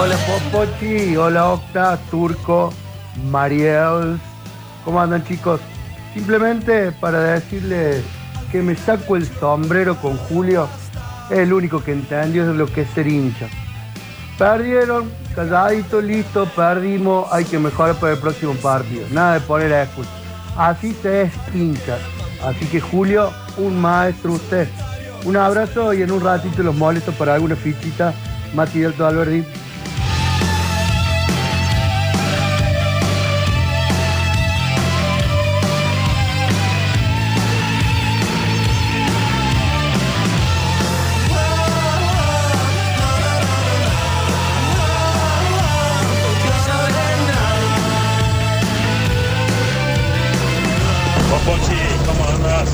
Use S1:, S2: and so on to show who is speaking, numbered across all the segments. S1: Hola Popochi, hola Octa, Turco, Mariel. ¿Cómo andan chicos? Simplemente para decirles que me saco el sombrero con Julio. Es el único que entendió lo que es ser hincha. Perdieron, calladito, listo, perdimos, hay que mejorar para el próximo partido. Nada de poner a excusa. Así se es hincha. Así que Julio, un maestro usted. Un abrazo y en un ratito los molesto para alguna fichita. Mati Delto Alberdi.
S2: Popochi, ¿cómo andas?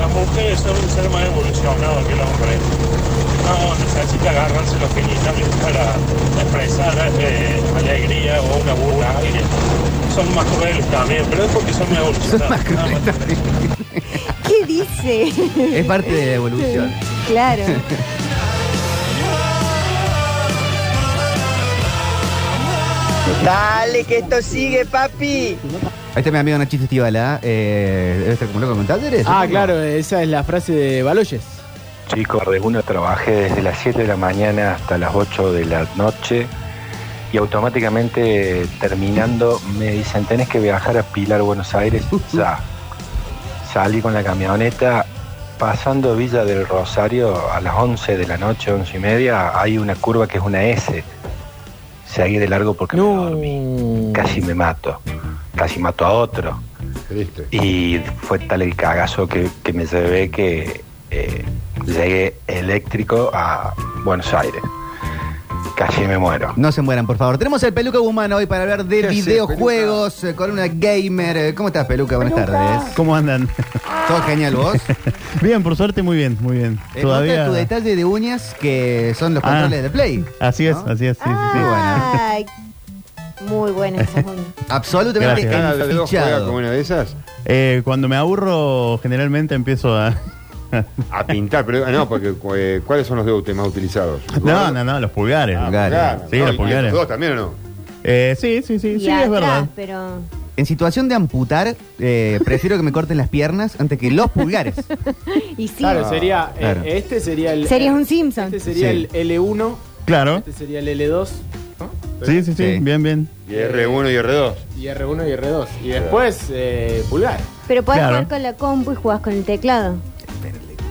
S2: Las mujeres son un ser más evolucionado que el hombre. No necesita agarrarse los genitales para expresar eh, alegría o una burla a alguien. Son más crueles también, pero es porque son más evolucionados. nada más.
S3: ¿Qué dice?
S4: Es parte de la evolución.
S3: Claro.
S5: Dale, que esto sigue, papi.
S4: Ahí está mi amigo Nachi Festivala. Eh, debe estar como loco con talleres.
S6: Ah,
S4: supongo.
S6: claro, esa es la frase de Baloyes.
S7: Chicos, uno trabajé desde las 7 de la mañana hasta las 8 de la noche y automáticamente terminando me dicen, tenés que viajar a Pilar, Buenos Aires. Ya. Salí con la camioneta, pasando Villa del Rosario a las 11 de la noche, 11 y media, hay una curva que es una S. Seguí de largo porque me dormí. Casi me mato. Casi mato a otro.
S8: Triste.
S7: Y fue tal el cagazo que, que me llevé que eh, llegué eléctrico a Buenos Aires. Casi me muero.
S4: No se mueran, por favor. Tenemos el Peluca Humano hoy para hablar de
S8: ¿Qué haces,
S4: videojuegos eh, con una gamer. Eh, ¿Cómo estás, Peluca? Buenas tardes.
S9: ¿Cómo andan?
S4: ¿Todo genial vos?
S9: Bien, por suerte, muy bien, muy bien.
S4: Eh, nota
S9: Todavía.
S4: tu detalle de uñas que son los
S9: Ah.
S4: controles de Play.
S9: Así es,
S4: ¿No? Ah,
S9: así es, sí, sí, sí.
S3: Ay, muy buena esa
S4: Absolutamente
S9: Gracias.
S8: ¿Cada Ah, de dos juega
S4: enfichado.
S8: con una de esas?
S9: Eh, cuando me aburro, generalmente empiezo a.
S8: A pintar, pero ah, no, porque eh, ¿cuáles son los dedos más utilizados?
S9: No, no, no, los pulgares.
S4: Ah,
S8: Claro,
S9: Sí,
S8: ¿no?
S9: los
S8: ¿Y
S9: pulgares.
S8: los dos también o no?
S9: Eh, sí, sí, sí,
S3: y
S9: sí, es
S3: atrás,
S9: verdad.
S3: pero
S4: En situación de amputar, eh, prefiero que me corten las piernas antes que los pulgares.
S3: y sí,
S6: Claro, sería. eh,
S4: Claro.
S6: este sería el.
S3: serías un Simpson.
S6: Este sería
S4: Sí.
S6: el L1,
S9: Claro.
S6: este sería el L2,
S9: Sí, sí, sí,
S4: Sí.
S9: bien, bien.
S8: Y R1 y R2.
S6: y R1 y R2. Y después, eh, pulgar.
S3: Pero podés
S9: Claro.
S3: jugar con la compu y jugás con el teclado.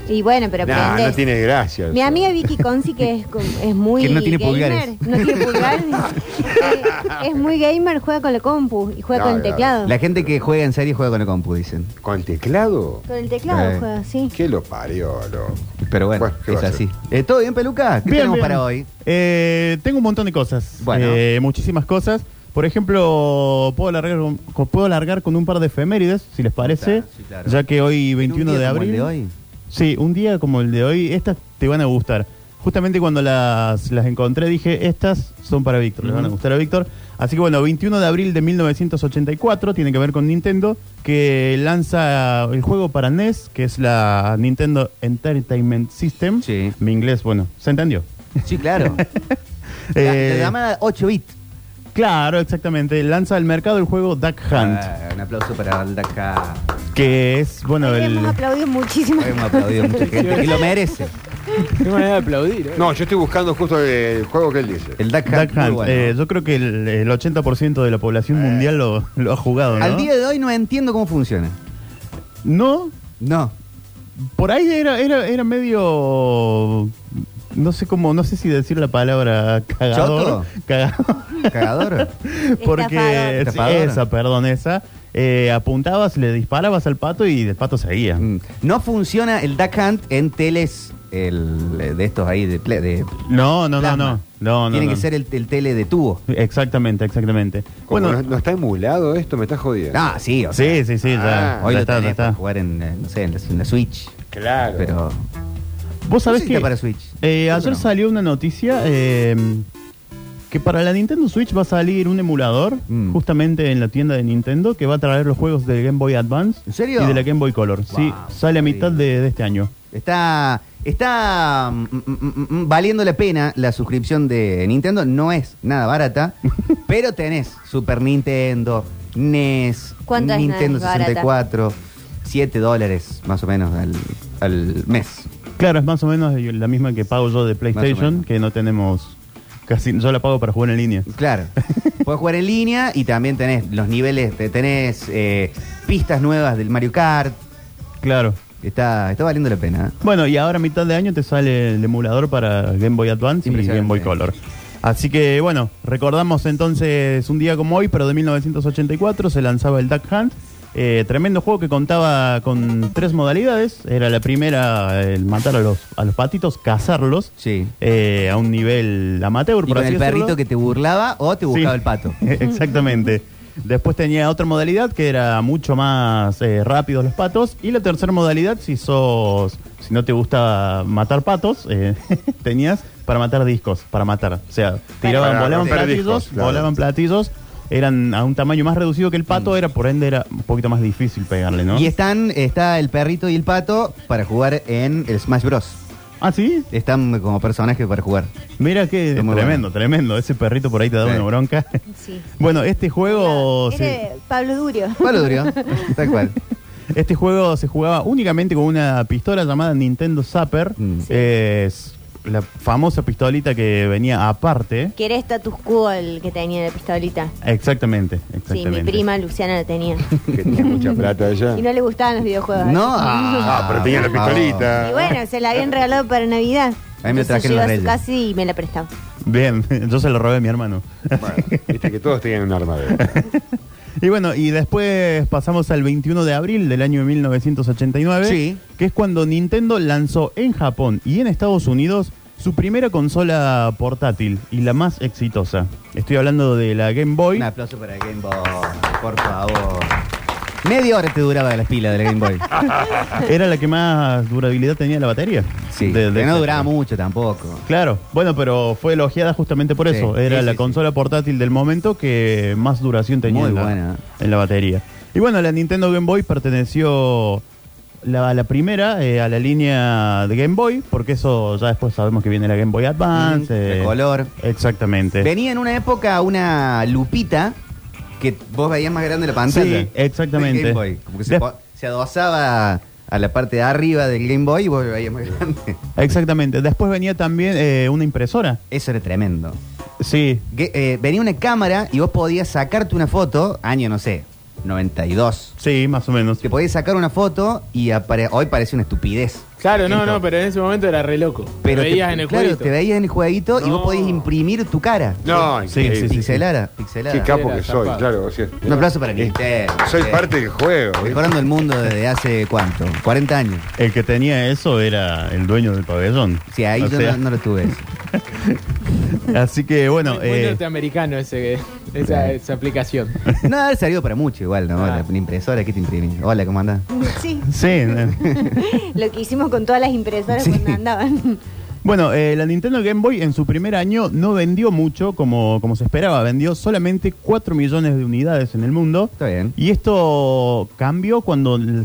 S3: Y bueno, pero
S8: Nah,
S3: aprendés.
S8: no tiene gracia.
S3: Mi amiga Vicky Consi, que es, com- es muy
S4: Que no tiene
S3: gamer,
S4: pulgares.
S3: no tiene pulgares, eh, es muy gamer, juega con la compu y juega
S8: No,
S3: con el
S8: no, no.
S3: teclado.
S4: La gente que juega en serie juega con el compu, dicen.
S8: ¿Con teclado?
S3: Con el teclado
S4: Eh.
S3: juega, sí.
S8: ¿Qué lo parió, loco?
S4: Pero bueno,
S8: Bueno, ¿qué va
S4: es
S8: a
S4: así. Eh, ¿Todo bien, Peluca? ¿Qué
S9: Bien,
S4: tenemos
S9: bien.
S4: para hoy?
S9: Eh, tengo un montón de cosas.
S4: Bueno.
S9: Eh, muchísimas cosas. Por ejemplo, puedo largar, con- puedo largar con un par de efemérides, si les parece.
S4: Está, sí, claro.
S9: Ya que hoy,
S4: ¿En
S9: 21
S4: un día
S9: de
S4: como el
S9: abril.
S4: de hoy?
S9: Sí, un día como el de hoy, estas te van a gustar. Justamente cuando las, las encontré dije, estas son para Víctor, le van a gustar a Víctor. Así que bueno, 21 de abril de 1984, tiene que ver con Nintendo, que lanza el juego para NES, que es la Nintendo Entertainment System.
S4: Sí.
S9: Mi inglés, bueno, ¿se entendió?
S4: Sí, claro. La, la
S9: Eh,
S4: llamada 8 bit.
S9: claro, exactamente. Lanza al mercado el juego Duck Hunt,
S4: Ah, un aplauso para el Daca.
S9: que es, bueno,
S3: Hoy
S9: el...
S3: Hemos aplaudido muchísimo.
S4: Hoy Hemos aplaudido a mucha gente que lo merece.
S6: Qué manera de aplaudir, ¿eh?
S8: No, yo estoy buscando justo el juego que él dice.
S4: El Duck Hunt.
S9: Duck
S4: muy
S9: Hunt,
S4: bueno. Eh.
S9: eh, yo creo que el, el 80% de la población mundial lo, lo ha jugado, ¿no?
S4: Al día de hoy no entiendo cómo funciona.
S9: No,
S4: No.
S9: por ahí era, era, era medio... No sé cómo, no sé si decir la palabra cagador.
S4: ¿Choto?
S9: Cagador.
S4: Cagador.
S9: Porque sí,
S4: Estafador.
S9: esa, perdón, esa. Eh, apuntabas, le disparabas al pato y el pato seguía.
S4: Mm. No funciona el Duck Hunt en teles el, eh, de estos ahí de, ple- de
S9: No, no, no,
S4: plasma.
S9: no. No, no.
S4: Tiene que
S9: no.
S4: ser el, el tele de tubo.
S9: Exactamente, exactamente.
S8: Como
S9: Bueno,
S8: no, no está emulado esto? Me está jodiendo.
S4: Ah, sí, o sea,
S9: sí, sí, sí, ya,
S8: Ah,
S4: Hoy
S9: ya
S4: lo
S9: está, ya
S4: tenés para
S9: está.
S4: jugar en, eh, no sé, en la, en la Switch.
S8: Claro.
S4: Pero.
S9: Vos sabés
S4: No sé si
S9: que
S4: está para Switch. Creo
S9: eh,
S4: que
S9: ayer
S4: no.
S9: salió una noticia eh, que para la Nintendo Switch va a salir un emulador
S4: Mm.
S9: justamente en la tienda de Nintendo que va a traer los juegos del Game Boy Advance
S4: ¿En serio?
S9: y de la Game Boy Color. sí,
S4: Wow,
S9: sale a mitad
S4: increíble.
S9: de, de este año.
S4: Está Está mm, mm, mm, mm, valiendo la pena la suscripción de Nintendo. No es nada barata, pero tenés Super Nintendo, NES,
S3: ¿Cuánto es
S4: Nintendo
S3: NES barata?
S4: 64, 7 dólares más o menos al, al mes.
S9: Claro, es más o menos la misma que pago yo de
S4: Más o
S9: PlayStation,
S4: menos.
S9: que no tenemos casi. Yo la pago para jugar en línea.
S4: Claro. Puedes jugar en línea y también tenés los niveles, te- tenés eh, pistas nuevas del Mario Kart.
S9: Claro.
S4: Está, está valiendo la pena. ¿eh?
S9: Bueno, y ahora a mitad de año te sale el emulador para Game Boy Advance y
S4: Impresionante.
S9: Game Boy Color. Así que bueno, recordamos entonces un día como hoy, pero de 1984 se lanzaba el Duck Hunt. Eh, tremendo juego que contaba con tres modalidades. Era la primera, el matar a los, a los patitos, cazarlos
S4: Sí.
S9: eh, a un nivel
S4: Y
S9: amateur, por
S4: con
S9: así
S4: el perrito
S9: decirlo.
S4: que te burlaba o te buscaba
S9: Sí.
S4: el pato.
S9: Exactamente. Después tenía otra modalidad que era mucho más eh, rápidos los patos. Y la tercera modalidad, si sos, si no te gusta matar patos, eh, tenías para matar discos, para matar. O sea, tiraban,
S8: Para
S9: volaban
S8: romper
S9: platillos,
S8: discos, claro.
S9: volaban platillos, eran a un tamaño más reducido que el
S8: Mm.
S9: pato, era por ende era un poquito más difícil pegarle, ¿no?
S4: Y están, está el perrito y el pato para jugar en el Smash Bros.
S9: Ah, sí.
S4: Están como personajes para jugar.
S9: Mira que
S4: Está muy
S9: tremendo, tremendo. Ese perrito por ahí te da
S4: Sí.
S9: una bronca.
S3: Sí.
S9: Bueno, este juego.
S3: Era
S9: se-
S3: Pablo Durio.
S4: ¿Cuál lo durió? Tal cual.
S9: Este juego se jugaba únicamente con una pistola llamada Nintendo Zapper.
S4: Mm.
S3: Sí.
S9: Es la famosa pistolita que venía aparte.
S3: Que era status quo el que tenía la pistolita.
S9: Exactamente,
S3: Sí,
S9: exactamente.
S3: mi prima Luciana la tenía.
S8: Que tiene mucha plata ella.
S3: Y no le gustaban los videojuegos.
S4: No.
S8: Ah, pero tenía la
S4: por favor.
S8: pistolita.
S3: Y bueno, se la habían regalado para Navidad.
S4: A mí me
S3: Entonces
S4: trajeron
S3: yo iba a
S4: los
S3: su
S4: Reyes.
S3: casa y me la prestaba.
S9: Bien, yo se lo robé a mi hermano.
S8: Bueno, viste que todos tenían un arma de.
S9: Y bueno, y después pasamos al 21 de abril del año 1989,
S4: Sí.
S9: que es cuando Nintendo lanzó en Japón y en Estados Unidos su primera consola portátil y la más exitosa. Estoy hablando de la Game Boy.
S4: Un aplauso para Game Boy, por favor. Media hora te duraba las pilas del Game Boy.
S9: Era la que más durabilidad tenía la batería.
S4: Ah. Sí,
S9: De- de
S4: que no
S9: esa-
S4: duraba mucho tampoco.
S9: Claro, bueno, pero fue elogiada justamente por
S4: Sí,
S9: eso. Era
S4: sí,
S9: la
S4: sí,
S9: consola portátil del momento que más duración tenía
S4: Muy
S9: en, la,
S4: buena.
S9: en la batería. Y bueno, la Nintendo Game Boy perteneció la- a la primera, eh, a la línea de Game Boy, porque eso ya después sabemos que viene la Game Boy Advance. eh,
S4: Mm, de color.
S9: Exactamente.
S4: Venía en una época una lupita que vos veías más grande la pantalla.
S9: Sí, exactamente.
S4: Del Game Boy. Como que se,
S9: Des-
S4: po- se adosaba a la parte de arriba del Game Boy y vos lo veías más grande.
S9: Exactamente. Después venía también eh, una impresora.
S4: Eso era tremendo.
S9: Sí,
S4: Que, eh, venía una cámara y vos podías sacarte una foto, año no sé, 92.
S9: sí, más o menos.
S4: Te podías sacar una foto y apare- hoy parece una estupidez.
S6: Claro, no,
S4: Esto.
S6: no, pero en ese momento era re loco.
S4: Pero
S6: te veías en el
S4: claro,
S6: jueguito.
S4: te veías en el jueguito y vos
S6: No.
S4: podías imprimir tu cara. Eh,
S8: No,
S9: Sí,
S8: increíble.
S9: sí, sí.
S4: Pixelada, pixelada.
S8: Qué capo que
S6: Era
S8: soy,
S6: zarpado.
S8: claro. o sea,
S4: Un aplauso para
S8: eh,
S4: Nintendo.
S8: Soy
S4: sí.
S8: parte del juego. ¿viste?
S4: Mejorando el mundo desde hace cuánto? 40 años.
S9: El que tenía eso era el dueño del pabellón.
S4: Sí, ahí
S9: O
S4: yo
S9: sea,
S4: no, no lo tuve. eso.
S9: Así que bueno,
S6: Muy
S9: eh,
S6: norteamericano ese, esa, esa aplicación.
S4: No, ha de haber servido para mucho igual, ¿no?
S6: Ah.
S4: La impresora, ¿qué te imprimí? Hola, ¿cómo andás?
S3: Sí,
S9: sí. eh.
S3: lo que hicimos con todas las impresoras cuando andaban.
S9: Bueno, eh, la Nintendo Game Boy en su primer año no vendió mucho como, como se esperaba, vendió solamente 4 millones de unidades en el mundo.
S4: Está bien.
S9: Y esto cambió cuando l-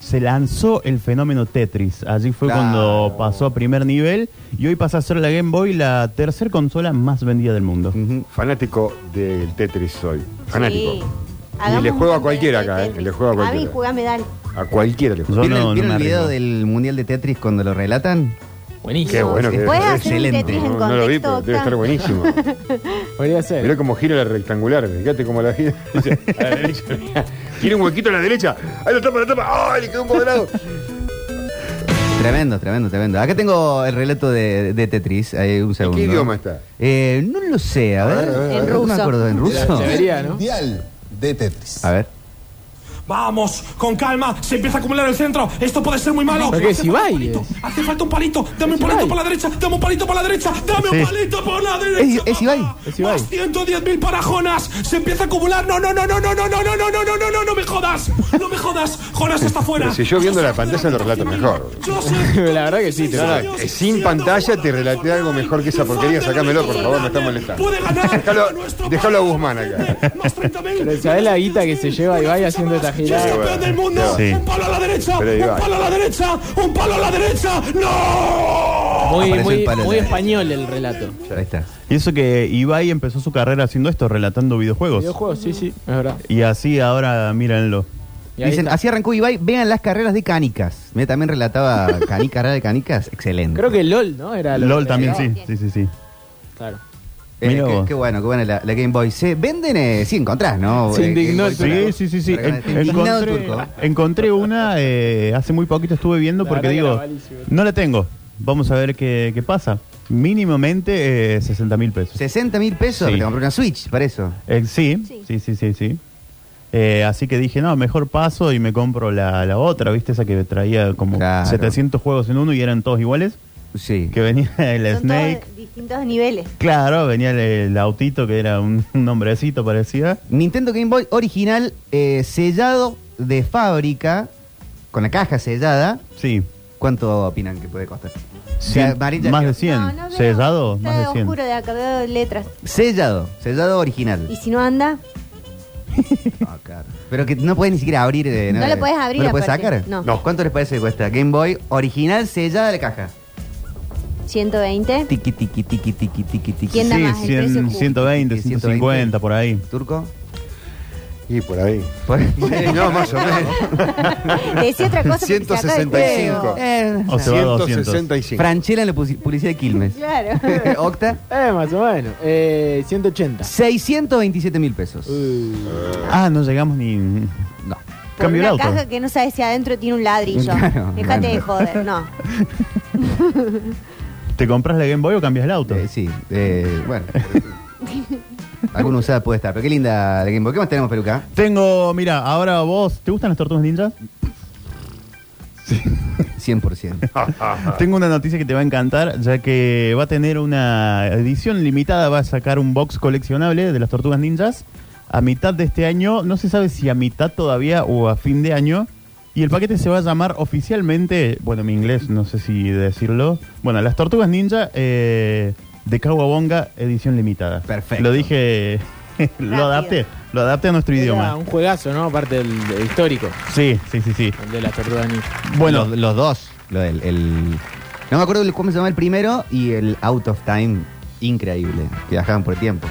S9: se lanzó el fenómeno Tetris. Allí fue
S4: Claro.
S9: cuando pasó a primer nivel y hoy pasa a ser la Game Boy la tercer consola más vendida del mundo.
S4: Ujú.
S8: Fanático del Tetris soy. Fanático.
S3: Sí. Hagamos
S8: le
S3: un
S8: juego a
S3: campeonato
S8: cualquiera
S3: de
S8: acá, ¿eh?
S3: Tetris.
S8: Le juego a
S3: A mí
S8: cualquiera.
S3: jugame, dale.
S8: A cualquiera le juego.
S9: Yo
S4: ¿Vieron,
S9: no- no
S4: vieron
S9: me
S4: el video
S9: arriesgo.
S4: del Mundial de Tetris cuando lo relatan?
S6: Buenísimo.
S8: Qué bueno que
S3: ¿Puedes
S8: debe
S3: hacer un
S4: excelente.
S3: Tetris en
S8: No,
S3: contexto,
S8: no lo vi, pero
S3: Octa?
S8: debe estar buenísimo.
S6: Podría ser.
S8: Mirá cómo gira la rectangular. Fíjate cómo la gira. A la derecha. Gira un huequito a la derecha. Ahí lo tapa, lo tapa. ¡Ay, le quedó un cuadrado!
S4: Tremendo, tremendo, tremendo. Acá tengo el relato de, de Tetris. Ahí, un
S8: ¿En
S4: segundo.
S8: qué idioma está?
S4: Eh, no lo sé, a,
S8: A
S4: ver.
S8: ver, a ver,
S3: a En ver.
S4: No me
S3: ruso.
S4: acuerdo, ¿en ruso?
S6: Debería, ¿no?
S10: de Tetris.
S4: A ver.
S2: Vamos, con calma, se empieza a acumular el centro. Esto puede ser muy malo.
S6: Pero que
S2: Hace
S6: si
S2: falta un
S6: bailes.
S2: palito, Hace falta un palito. Dame un
S6: si
S2: palito
S6: baile.
S2: para la derecha. Dame un palito para la derecha. Dame
S9: Sí.
S2: un palito por la derecha.
S4: Es- es Ibai.
S2: papá.
S6: Es Ibai.
S2: Más 110 mil parajonas. Se empieza a acumular. No, no, no, no, no, no, no, no, no, no, no, no, no, no me jodas. No me jodas. Jonas está fuera.
S8: Pero si yo viendo la pantalla lo relato mejor.
S2: Joseph,
S6: La verdad que sí, te
S8: No, no, eh, sin pantalla te relaté algo mejor que esa porquería. Sácamelo, por favor, me está molestando.
S2: Puede ganar.
S8: Déjalo-
S2: Nuestro
S8: déjalo a
S2: país
S8: Guzmán acá.
S2: más 30.000.
S6: Pero ¿sabés la guita que se lleva Ibai haciendo esta Girado.
S8: del mundo!
S9: Sí.
S8: Pero Iván,
S6: Muy,
S4: Apareció el palo en
S6: muy, muy
S4: la derecha.
S6: español el relato.
S4: Ahí está.
S9: Y eso que Ibai empezó su carrera haciendo esto, relatando videojuegos.
S6: Videojuegos, sí, sí, es verdad.
S9: Y así ahora mírenlo.
S6: Y ahí
S4: Dicen,
S6: está.
S4: así arrancó Ibai, vean las carreras de canicas. Mira, también relataba canicas, carrera de canicas, excelente.
S6: Creo que LOL, ¿no? Era Ah, lo
S9: LOL
S6: que-
S9: también, sí,
S3: Bien.
S9: sí, sí, sí.
S6: Claro.
S4: Eh,
S9: Mirá
S4: qué-
S9: vos.
S4: qué, bueno, qué bueno la, la Game Boy. Se venden, eh, sí, encontrás, ¿no?
S6: Se
S4: Eh,
S6: indignó
S4: Game
S6: el
S4: Boy
S9: Sí,
S6: turco.
S4: para-
S9: sí, sí, sí.
S4: para-
S9: En-
S4: indignado el
S9: encontré,
S4: turco.
S9: encontré una, eh, hace muy poquito estuve viendo
S6: La
S9: porque
S6: verdad que
S9: digo,
S6: era malísimo.
S9: no la tengo. Vamos a ver qué, qué pasa. Mínimamente eh, 60 mil pesos.
S4: 60 mil pesos,
S9: Sí.
S4: te compré una Switch para eso.
S9: Eh, sí,
S3: Sí.
S9: sí, sí, sí, sí. Eh, así que dije, no, mejor paso y me compro la, la otra, ¿viste? Esa que traía como
S4: Claro.
S9: 700 juegos en uno y eran todos iguales.
S4: Sí.
S9: Que venía el
S3: Son
S9: Snake.
S3: todos distintos niveles.
S9: Claro, venía el, el autito que era un, un nombrecito, parecía.
S4: Nintendo Game Boy original, eh, sellado de fábrica, con la caja sellada.
S9: Sí.
S4: ¿Cuánto opinan que puede costar? Ya,
S9: Cien-
S4: Marín ya
S9: más de
S4: vio.
S9: 100.
S3: No, no veo.
S9: Sellado,
S3: Está
S9: más de 100.
S3: oscuro de acá, veo letras.
S4: Sellado, sellado original.
S3: Y si no anda,
S4: Ah, claro. Pero que no puedes ni siquiera abrir. eh,
S3: No le podés abrir,
S4: ¿No le podés
S3: aparte.
S4: sacar?
S3: No.
S8: No.
S4: ¿Cuánto les parece que cuesta? Game Boy original sellada de la caja.
S3: 120.
S4: Tiki, tiki, tiki, tiki, tiki, tiki.
S3: ¿Quién da
S9: sí,
S3: más? El
S9: cien-
S3: precio justo.
S9: 120, 150, por ahí.
S4: ¿Turco? Pues,
S8: y por ahí.
S4: Por-
S10: no, más o menos.
S3: Te decía otra cosa. porque se saca del
S10: 165.
S3: juego.
S4: Eh,
S9: O sea, va a 200.
S10: 165.
S4: Franchella en la pu- publicidad de Quilmes.
S3: Claro.
S4: Octa,
S6: Eh, más o menos. Eh, 180.
S4: 627 mil pesos.
S6: Uh,
S9: Ah, no llegamos ni...
S4: No.
S3: Por
S9: Cambio el
S3: una
S9: auto.
S3: caja que no sabes si adentro tiene un ladrillo.
S4: Claro,
S3: Déjate
S4: bueno.
S3: de joder. No.
S9: ¿Te compras la Game Boy o cambias el auto?
S4: Eh, sí, eh, bueno. Alguna usada puede estar, pero qué linda la Game Boy. ¿Qué más tenemos, peluca?
S9: Tengo, mira, ahora vos, ¿te gustan las tortugas ninjas?
S4: 100%.
S9: Ah,
S4: Ah.
S9: Tengo una noticia que te va a encantar, ya que va a tener una edición limitada, va a sacar un box coleccionable de las tortugas ninjas a mitad de este año, no se sabe si a mitad todavía o a fin de año, y el paquete se va a llamar oficialmente, bueno, mi inglés no sé si decirlo, bueno, las tortugas ninja eh, de Kawabonga edición limitada.
S4: Perfecto.
S9: Lo dije, lo
S3: Rápido.
S9: adapté, lo adapté a nuestro
S6: era
S9: idioma.
S6: un juegazo, ¿no? Aparte del, del histórico,
S9: Sí, sí, sí, sí.
S6: el de las tortugas ninja.
S9: Bueno,
S4: los, los dos. Lo del- el- no me acuerdo el- cómo se llama el primero y el Out of Time. Increíble. Que viajaban por el tiempo.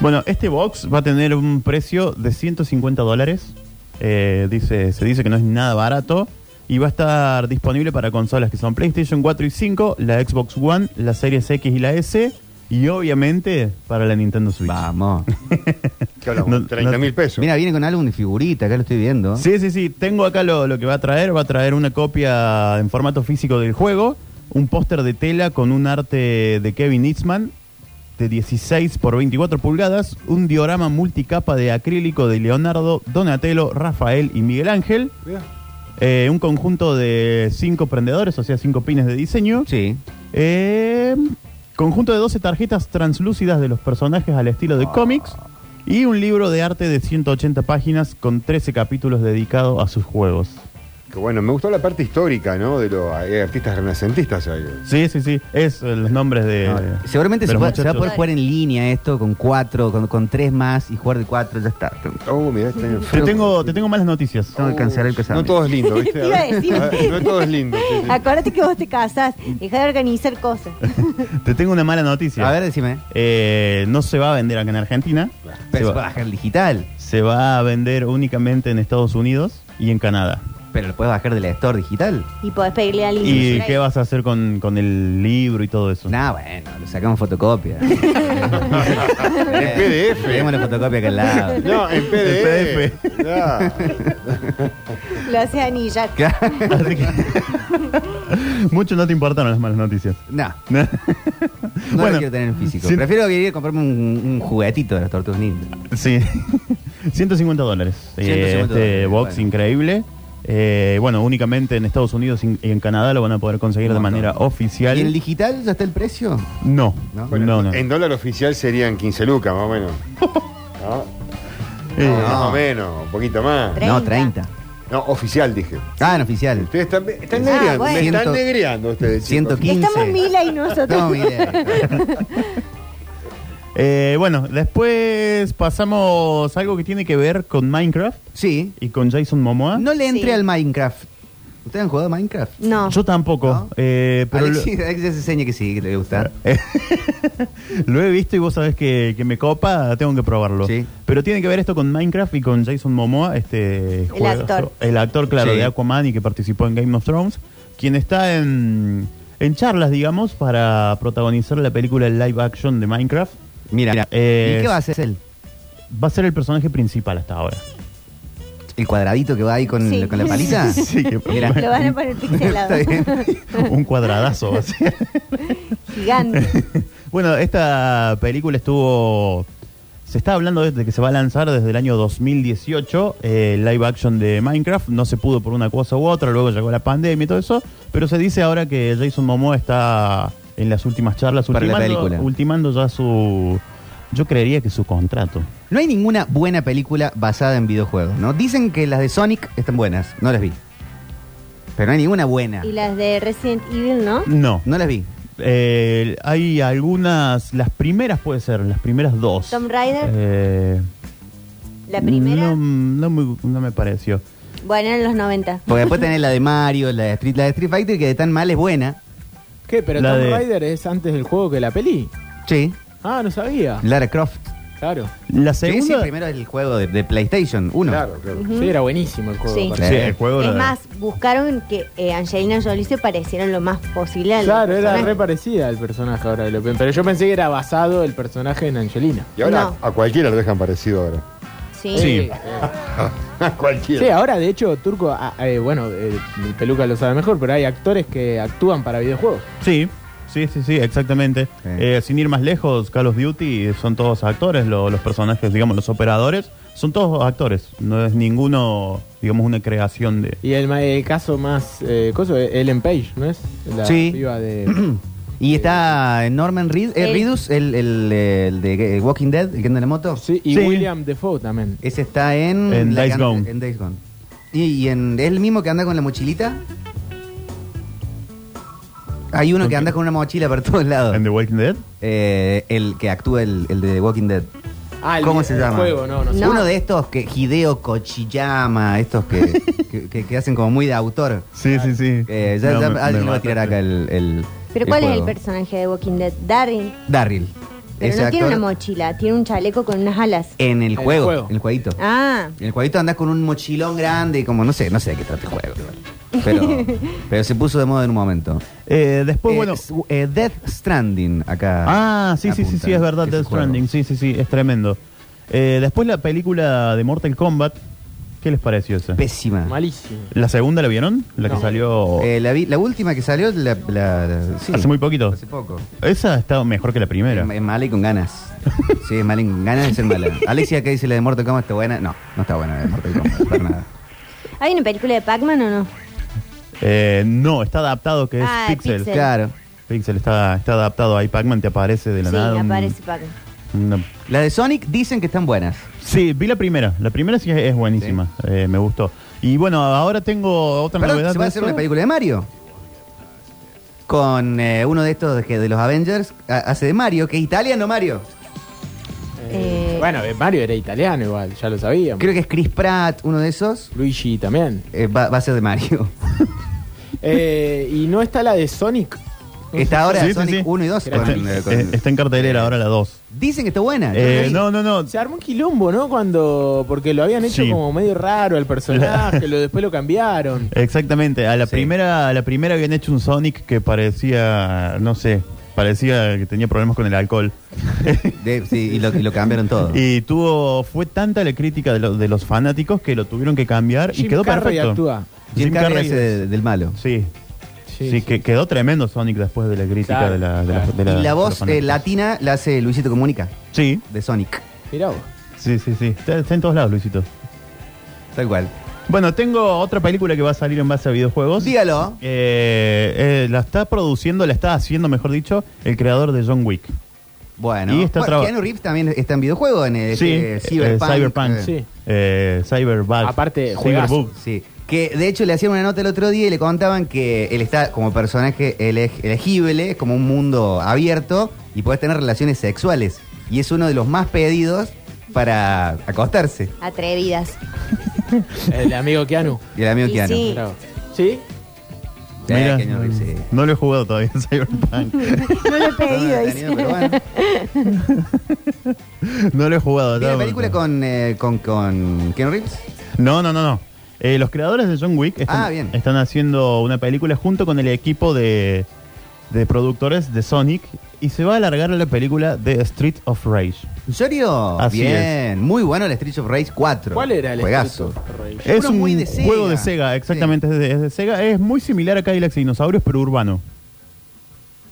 S9: Bueno, este box va a tener un precio de 150 dólares. Eh, dice, se dice que no es nada barato. Y va a estar disponible para consolas que son PlayStation 4 y 5, la Xbox One, la Series X y la S. Y obviamente para la Nintendo Switch.
S4: Vamos.
S8: ¿Qué hablamos?
S9: No,
S8: 30 mil pesos.
S4: Mira, viene con álbum de figurita, acá lo estoy viendo.
S9: Sí, sí, sí. Tengo acá lo, lo que va a traer. Va a traer una copia en formato físico del juego. Un póster de tela con un arte de Kevin Eastman de 16 por 24 pulgadas. Un diorama multicapa de acrílico de Leonardo, Donatello, Rafael y Miguel Ángel. eh, un conjunto de cinco prendedores, o sea, cinco pines de diseño.
S4: Sí.
S9: Eh, conjunto de 12 tarjetas translúcidas de los personajes al estilo de cómics. Y un libro de arte de 180 páginas con 13 capítulos dedicado a sus juegos.
S8: Que bueno, me gustó la parte histórica, ¿no? De los hay artistas renacentistas ahí.
S9: Sí, sí, sí. Es eh, los nombres de.
S4: No, seguramente
S9: de
S4: se,
S9: los
S4: puede- se va a
S9: muchachos.
S4: poder jugar en línea esto con cuatro, con, con tres más y jugar de cuatro, ya está. Tengo
S8: Oh, mirá, está
S9: Te tengo, te tengo malas noticias.
S4: tengo que cancelar el
S8: No
S4: casamiento.
S8: todo es lindo, ¿viste? Ah,
S3: Te iba a decir.
S8: no todo es lindo. sí, sí.
S3: Acuérdate que vos te casás. Deja de organizar cosas.
S9: Te tengo una mala noticia.
S4: A ver, decime.
S9: Eh, no se va a vender acá en Argentina.
S4: Pero
S9: Se
S4: se puede
S9: va,
S4: bajar digital.
S9: se va a vender únicamente en Estados Unidos y en Canadá.
S4: Pero lo puedes bajar del store digital.
S3: Y podés pedirle a alguien. que
S9: ¿Y
S3: traiga.
S9: qué vas a hacer con, con el libro y todo eso?
S4: Nah, bueno, le sacamos fotocopia. en
S8: En
S4: Eh,
S8: PDF.
S4: Tenemos la fotocopia acá al lado.
S8: No, en
S9: En
S8: PDF. Ya.
S3: Lo hace anillar.
S9: Así que- Mucho no te importaron las malas noticias.
S4: No,
S9: bueno,
S4: no lo quiero tener en físico.
S9: cien-
S4: Prefiero vivir comprarme un, un juguetito de las tortugas ninja.
S9: sí. 150 dólares.
S4: 150
S9: Eh, este
S4: dólares,
S9: box
S4: bueno.
S9: increín- increíble. Eh, bueno, únicamente en Estados Unidos y en- y en Canadá lo van a poder conseguir
S4: Un
S9: de
S4: montón.
S9: manera oficial.
S4: ¿Y en el digital ya está el precio?
S9: No,
S4: ¿No?
S9: no,
S8: Bueno,
S9: no.
S8: En dólar oficial serían 15 lucas, más o menos. ¿No?
S9: Eh,
S4: Ah.
S8: No, Más o menos, un poquito más.
S3: Treinta.
S4: No, 30.
S8: No, oficial dije.
S4: Ah, en oficial.
S8: Ustedes están, están
S3: Ah,
S8: negreando,
S3: bueno.
S8: me están
S4: Ciento-
S8: negreando ustedes. chicos.
S4: 115.
S3: Estamos Mila y nosotros.
S4: No, mire.
S9: Eh, bueno, después pasamos a algo que tiene que ver con Minecraft
S4: Sí.
S9: y con Jason Momoa.
S4: No le entré
S3: Sí.
S4: al Minecraft. ¿Ustedes han jugado a Minecraft?
S3: No.
S9: Yo tampoco.
S4: No.
S9: eh, pero lo-
S4: Alexis, Alexis hace seña que sí, que le gusta.
S9: Lo he visto y vos sabés que, que me copa, tengo que probarlo.
S4: Sí.
S9: Pero tiene que ver esto con Minecraft y con Jason Momoa, este juegazo-
S3: actor.
S9: El actor, claro,
S4: Sí.
S9: de Aquaman y que participó en Game of Thrones, quien está en, en charlas, digamos, para protagonizar la película live action de Minecraft.
S4: Mira, mira.
S9: Eh,
S4: ¿Y qué va a hacer él?
S9: Va a ser el personaje principal hasta ahora.
S4: ¿El cuadradito que va ahí con,
S3: Sí.
S4: con la paliza?
S9: Sí, que-
S4: Mira.
S3: Lo van a poner pixelado.
S4: Está bien.
S9: Un cuadradazo va a ser.
S3: Gigante.
S9: Bueno, esta película estuvo. Se está hablando desde que se va a lanzar desde el año 2018, eh, live action de Minecraft. No se pudo por una cosa u otra, luego llegó la pandemia y todo eso. Pero se dice ahora que Jason Momoa está en las últimas charlas,
S4: Para la
S9: ultimando,
S4: película.
S9: ultimando ya su. Yo creería que su contrato.
S4: No hay ninguna buena película basada en videojuegos, ¿no? Dicen que las de Sonic están buenas, no las vi. Pero no hay ninguna buena.
S3: y las de Resident Evil, ¿no?
S9: No.
S4: No las vi.
S9: Eh, hay algunas. Las primeras puede ser, las primeras dos.
S3: Tomb Raider,
S9: Eh,
S3: la primera.
S9: No, no me- no me pareció.
S3: Bueno, en los 90.
S4: Porque después tenés la de Mario, la de Street, la de Street Fighter, que de tan mal es buena.
S6: ¿Qué? ¿Pero
S9: La
S6: Tomb
S9: de-
S6: Raider es antes del juego que la peli?
S4: Sí.
S6: Ah, no sabía.
S4: Lara Croft.
S6: Claro.
S9: La
S4: Sí, sí,
S9: segunda.
S4: primero es el juego de, de PlayStation 1.
S8: Claro, claro.
S6: Sí, era buenísimo el juego.
S3: Sí.
S6: aparte.
S9: Sí,
S4: Eh,
S9: el juego
S3: Es
S9: la-
S3: más, buscaron que eh, Angelina Jolie se pareciera lo más posible al
S6: Claro, era
S3: personaje.
S6: re parecida al personaje ahora de Lupin. Pero yo pensé que era basado el personaje en Angelina.
S8: Y ahora
S3: No.
S8: a cualquiera lo dejan parecido ahora.
S3: Sí.
S9: Sí.
S8: A cualquiera.
S6: Sí, ahora de hecho, Turco, ah, eh, bueno, eh, mi Peluca lo sabe mejor, pero hay actores que actúan para videojuegos.
S9: Sí, sí, sí, sí, exactamente.
S4: Sí.
S9: Eh, sin ir más lejos, Call of Duty son todos actores, lo- los personajes, digamos, los operadores, son todos actores. No es ninguno, digamos, una creación de.
S6: Y el, ma- el caso más eh, coso es Ellen Page, ¿no es? La
S4: Sí.
S6: piba de.
S4: Y está Norman Reed, eh,
S3: El-
S4: Reedus, el, el, el de eh, Walking Dead, el que anda en la moto.
S6: Sí, y
S9: Sí.
S6: William Defoe también.
S4: Ese está en...
S9: En
S4: la
S9: Days
S4: que anda-
S9: Gone.
S4: En Days Gone. Y, y en, es el mismo que anda con la mochilita. Hay uno que anda con una mochila para todos lados.
S9: ¿En The Walking Dead?
S4: Eh, el que actúa el, el de Walking Dead.
S6: Ah, el-
S4: ¿Cómo se
S6: el
S4: llama?
S6: juego, no, no sé.
S3: No.
S4: Uno de estos que Hideo Kochiyama, estos que, que, que- que hacen como muy de autor.
S9: Sí, sí, sí.
S4: Eh, ya,
S9: No,
S4: ya-
S9: me-
S4: alguien
S9: me
S4: lo va a tirar
S9: mataste.
S4: acá el. el-
S3: Pero ¿cuál es el
S4: juego.
S3: personaje de Walking Dead? Daryl.
S4: Darryl.
S3: Pero
S4: Ese
S3: no tiene
S4: actor
S3: una mochila, tiene un chaleco con unas alas.
S4: En el
S6: el
S4: juego,
S6: juego.
S4: en el jueguito.
S3: Ah,
S4: En el jueguito andás con un mochilón grande y como no sé, no sé de qué trata el juego. Pero, pero se puso de moda en un momento.
S9: Eh, después,
S4: Eh,
S9: bueno.
S4: s- eh, Death Stranding acá.
S9: Ah, sí, sí, sí,
S4: apuntan,
S9: sí, es verdad,
S4: que
S9: Death
S4: el juego.
S9: Stranding. Sí, sí, sí, es tremendo. Eh, después la película de Mortal Kombat. ¿Qué les pareció esa?
S4: Pésima.
S6: Malísimo.
S9: ¿La segunda la vieron? La que
S6: No.
S9: salió
S4: Eh, la, vi- la última que salió, la, la- la- sí.
S9: hace muy poquito.
S4: Hace poco.
S9: Esa está mejor que la primera.
S4: Es, es mala y con ganas. Sí, es mala y con ganas de ser mala. Alexia, ¿qué dice la de Mortal Kombat? ¿Está buena? No, no está buena la de Mortal Kombat, para nada.
S3: ¿hay una película de Pac-Man o no?
S9: Eh, no, está adaptado que es
S3: Ah,
S9: Pixel.
S3: Pixel.
S4: Claro.
S9: Pixel está, está adaptado ahí. Pac-Man te aparece de la
S3: sí,
S9: nada. un-
S3: aparece Pac-Man.
S9: una-
S4: La de Sonic dicen que están buenas.
S9: Sí, vi la primera. La primera sí es, es buenísima. Eh, me gustó. Y bueno, ahora tengo otra
S4: Perdón,
S9: novedad.
S4: ¿se va a
S9: de
S4: hacer
S9: eso.
S4: una película de Mario? Con eh, uno de estos de, que- de los Avengers, a- hace de Mario, que es italiano Mario.
S6: Eh,
S3: Eh,
S6: bueno, eh, Mario era italiano igual, ya lo sabíamos.
S4: Creo que es Chris Pratt, uno de esos.
S6: Luigi también.
S4: eh, va, va a ser de Mario.
S6: Eh, y no está la de Sonic. No sé.
S4: Está ahora
S9: Sí, sí,
S4: Sonic
S9: sí.
S4: 1 y 2.
S9: Está,
S4: con, eh, con- Ah,
S9: eh, está en cartelera ahora la 2.
S4: Dicen que está buena. yo la
S9: Eh,
S4: vi.
S9: no, no, no.
S6: Se armó un quilombo, ¿no? Cuando. Porque lo habían hecho
S9: Sí.
S6: como medio raro al personaje, lo, después lo cambiaron.
S9: Exactamente. A la
S4: Sí.
S9: primera a la primera habían hecho un Sonic que parecía, no sé, parecía que tenía problemas con el alcohol.
S4: De- sí, y lo, y lo cambiaron todo.
S9: Y tuvo fue tanta la crítica de, lo- de los fanáticos que lo tuvieron que cambiar y
S6: Jim
S9: quedó
S6: Carrey
S9: perfecto.
S6: actúa.
S4: Jim Carrey hace de- del malo.
S9: Sí, sí, que quedó tremendo Sonic después de la crítica
S6: Claro,
S9: de la de la-
S6: claro.
S9: de la-
S4: y la voz
S9: de
S4: eh,
S9: la fanática.
S4: latina la hace Luisito Comunica,
S9: Sí,
S4: de Sonic.
S6: Mirá vos.
S9: sí, sí, sí. Está, está en todos lados, Luisito.
S4: Tal cual.
S9: Bueno, tengo otra película que va a salir en base a videojuegos.
S4: Dígalo.
S9: Eh, eh, la está produciendo, la está haciendo, mejor dicho, el creador de John Wick.
S4: Bueno,
S9: Y está
S4: bueno,
S9: traba-
S4: Keanu Reeves también está en videojuego en el este,
S9: eh,
S4: Cyberpunk.
S9: Cyberpunk,
S4: eh,
S9: sí. Eh, Cybervalve.
S6: Aparte,
S9: Cyberbug.
S4: Sí. Que de hecho le hacían una nota el otro día y le contaban que él está como personaje ele- elegible, es como un mundo abierto y podés tener relaciones sexuales. y es uno de los más pedidos para acostarse.
S3: Atrevidas.
S6: El amigo Keanu.
S4: Y el amigo
S3: Y
S4: Keanu.
S3: sí.
S6: Bravo. ¿Sí?
S4: Sí,
S9: Mira,
S4: Keanu Reeves, sí.
S9: no lo he jugado todavía en Cyberpunk.
S3: No lo he pedido,
S4: he
S3: dice.
S4: tenido, pero bueno.
S9: no lo he jugado.
S4: ¿Tiene
S9: ya me-
S4: película con, eh, con, con Keanu Reeves?
S9: No, no, no, no. Eh, los creadores de John Wick están,
S4: Ah, bien.
S9: están haciendo una película junto con el equipo de, de productores de Sonic y se va a alargar la película de Street of Rage.
S4: ¿En serio?
S9: Así
S4: bien. Muy bueno el Street of Rage 4.
S6: ¿Cuál era el
S4: Juegazo.
S6: espíritu rey?
S9: Es
S4: Uno
S9: un
S4: muy de Sega.
S9: juego de Sega, exactamente, es, de, es de Sega. Es muy similar a Cadillacs y Dinosaurios, pero urbano.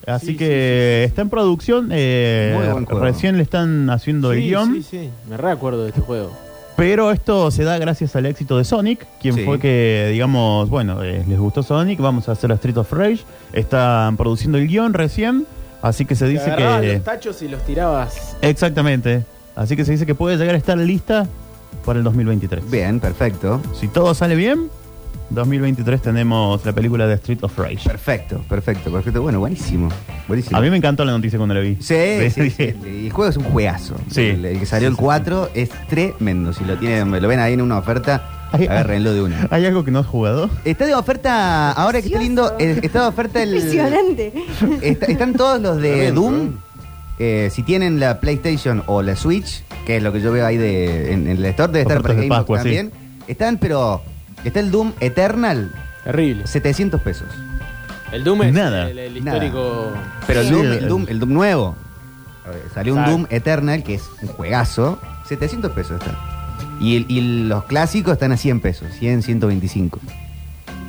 S9: Así
S6: Sí,
S9: que
S6: sí, sí, sí.
S9: está en producción, eh,
S4: Muy buen juego.
S9: recién le están haciendo el
S6: Sí,
S9: guión,
S6: Sí, sí, me recuerdo de este juego.
S9: pero esto se da gracias al éxito de Sonic, quien
S4: Sí.
S9: fue que, digamos, bueno, eh, les gustó Sonic, vamos a hacer a Street of Rage, están produciendo el guión recién, así que se
S6: Te
S9: dice
S6: agarrabas
S9: que...
S6: los tachos y los tirabas.
S9: Exactamente, así que se dice que puede llegar a estar lista para el 2023.
S4: Bien, perfecto.
S9: Si todo sale bien, 2023 tenemos la película de Street of Rage.
S4: Perfecto, perfecto, perfecto. Bueno, buenísimo. Buenísimo.
S9: A mí me encantó la noticia cuando la vi.
S4: Sí, sí, sí. El juego es un juegazo.
S9: Sí.
S4: El, el que salió
S9: Sí,
S4: el
S9: sí,
S4: 4 es tremendo. Si lo tienen, lo ven ahí en una oferta,
S9: Ay, ay.
S4: agárrenlo de una.
S9: ¿Hay algo que no has jugado?
S4: Está de oferta, ahora que está lindo, eh, está de oferta el.
S3: Impresionante.
S4: Está- están todos los de
S8: Está bien,
S4: Doom. Eh, si tienen la PlayStation o la Switch, que es lo que yo veo ahí de, en, en el store, debe estar
S9: Ofertas
S4: para Game
S9: de Pascua, sí.
S4: también. Están, pero. Está el Doom Eternal,
S6: Terrible.
S4: 700 pesos.
S6: El Doom es
S9: Nada.
S6: el, el
S4: Nada.
S6: histórico.
S4: Pero el
S9: Sí,
S4: Doom,
S9: el-
S4: el Doom, el Doom nuevo. A ver, Salió un
S6: Exacto.
S4: Doom Eternal, que es un juegazo. 700 pesos está. Y, el- y los clásicos están a 100 pesos, 100, 125.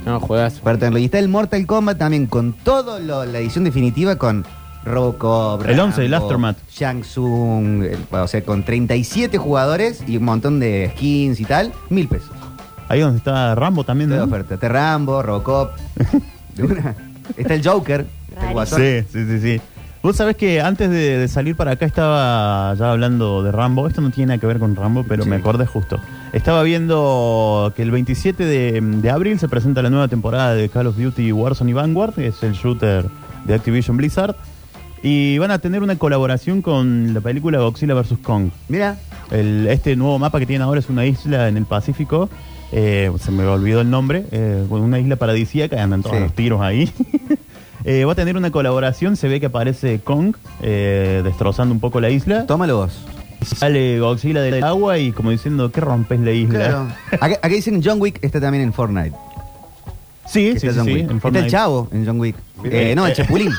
S6: No, juegas.
S4: Para tenerlo. Y está el Mortal Kombat también con todo lo- la edición definitiva con Robocop,
S9: El 11, el
S4: Rambo,
S9: Aftermath.
S4: Shang Tsung, el- o sea, con 37 jugadores y un montón de skins y tal, mil pesos.
S9: Ahí donde está Rambo también.
S4: Está de
S9: ¿no?
S4: oferta. Está Rambo, Robocop. de una. Está el Joker, está el Guasón.
S9: Sí, sí, sí, sí. Vos sabés que antes de, de salir para acá estaba ya hablando de Rambo. Esto no tiene nada que ver con Rambo, pero
S4: Sí.
S9: me acordé justo. Estaba viendo que el 27 de, de abril se presenta la nueva temporada de Call of Duty Warzone y Vanguard, que es el shooter de Activision Blizzard. Y van a tener una colaboración con la película Godzilla vs. Kong.
S4: Mira,
S9: El- este nuevo mapa que tienen ahora es una isla en el Pacífico. eh, se me olvidó el nombre. eh, una isla paradisíaca. Andan todos
S4: Sí.
S9: los tiros ahí. Eh, va a tener una colaboración. Se ve que aparece Kong eh, destrozando un poco la isla.
S4: tómalo vos.
S9: Sale Godzilla del agua y como diciendo, ¿qué rompes la isla?
S4: Claro. Acá, acá dicen John Wick está también en Fortnite.
S9: Sí,
S4: Que
S9: sí,
S4: está,
S9: sí.
S4: John
S9: sí,
S4: Wick.
S9: en
S4: Está
S9: Fortnite.
S4: el chavo en John Wick.
S9: Mira.
S4: Eh, no, el Chapulín.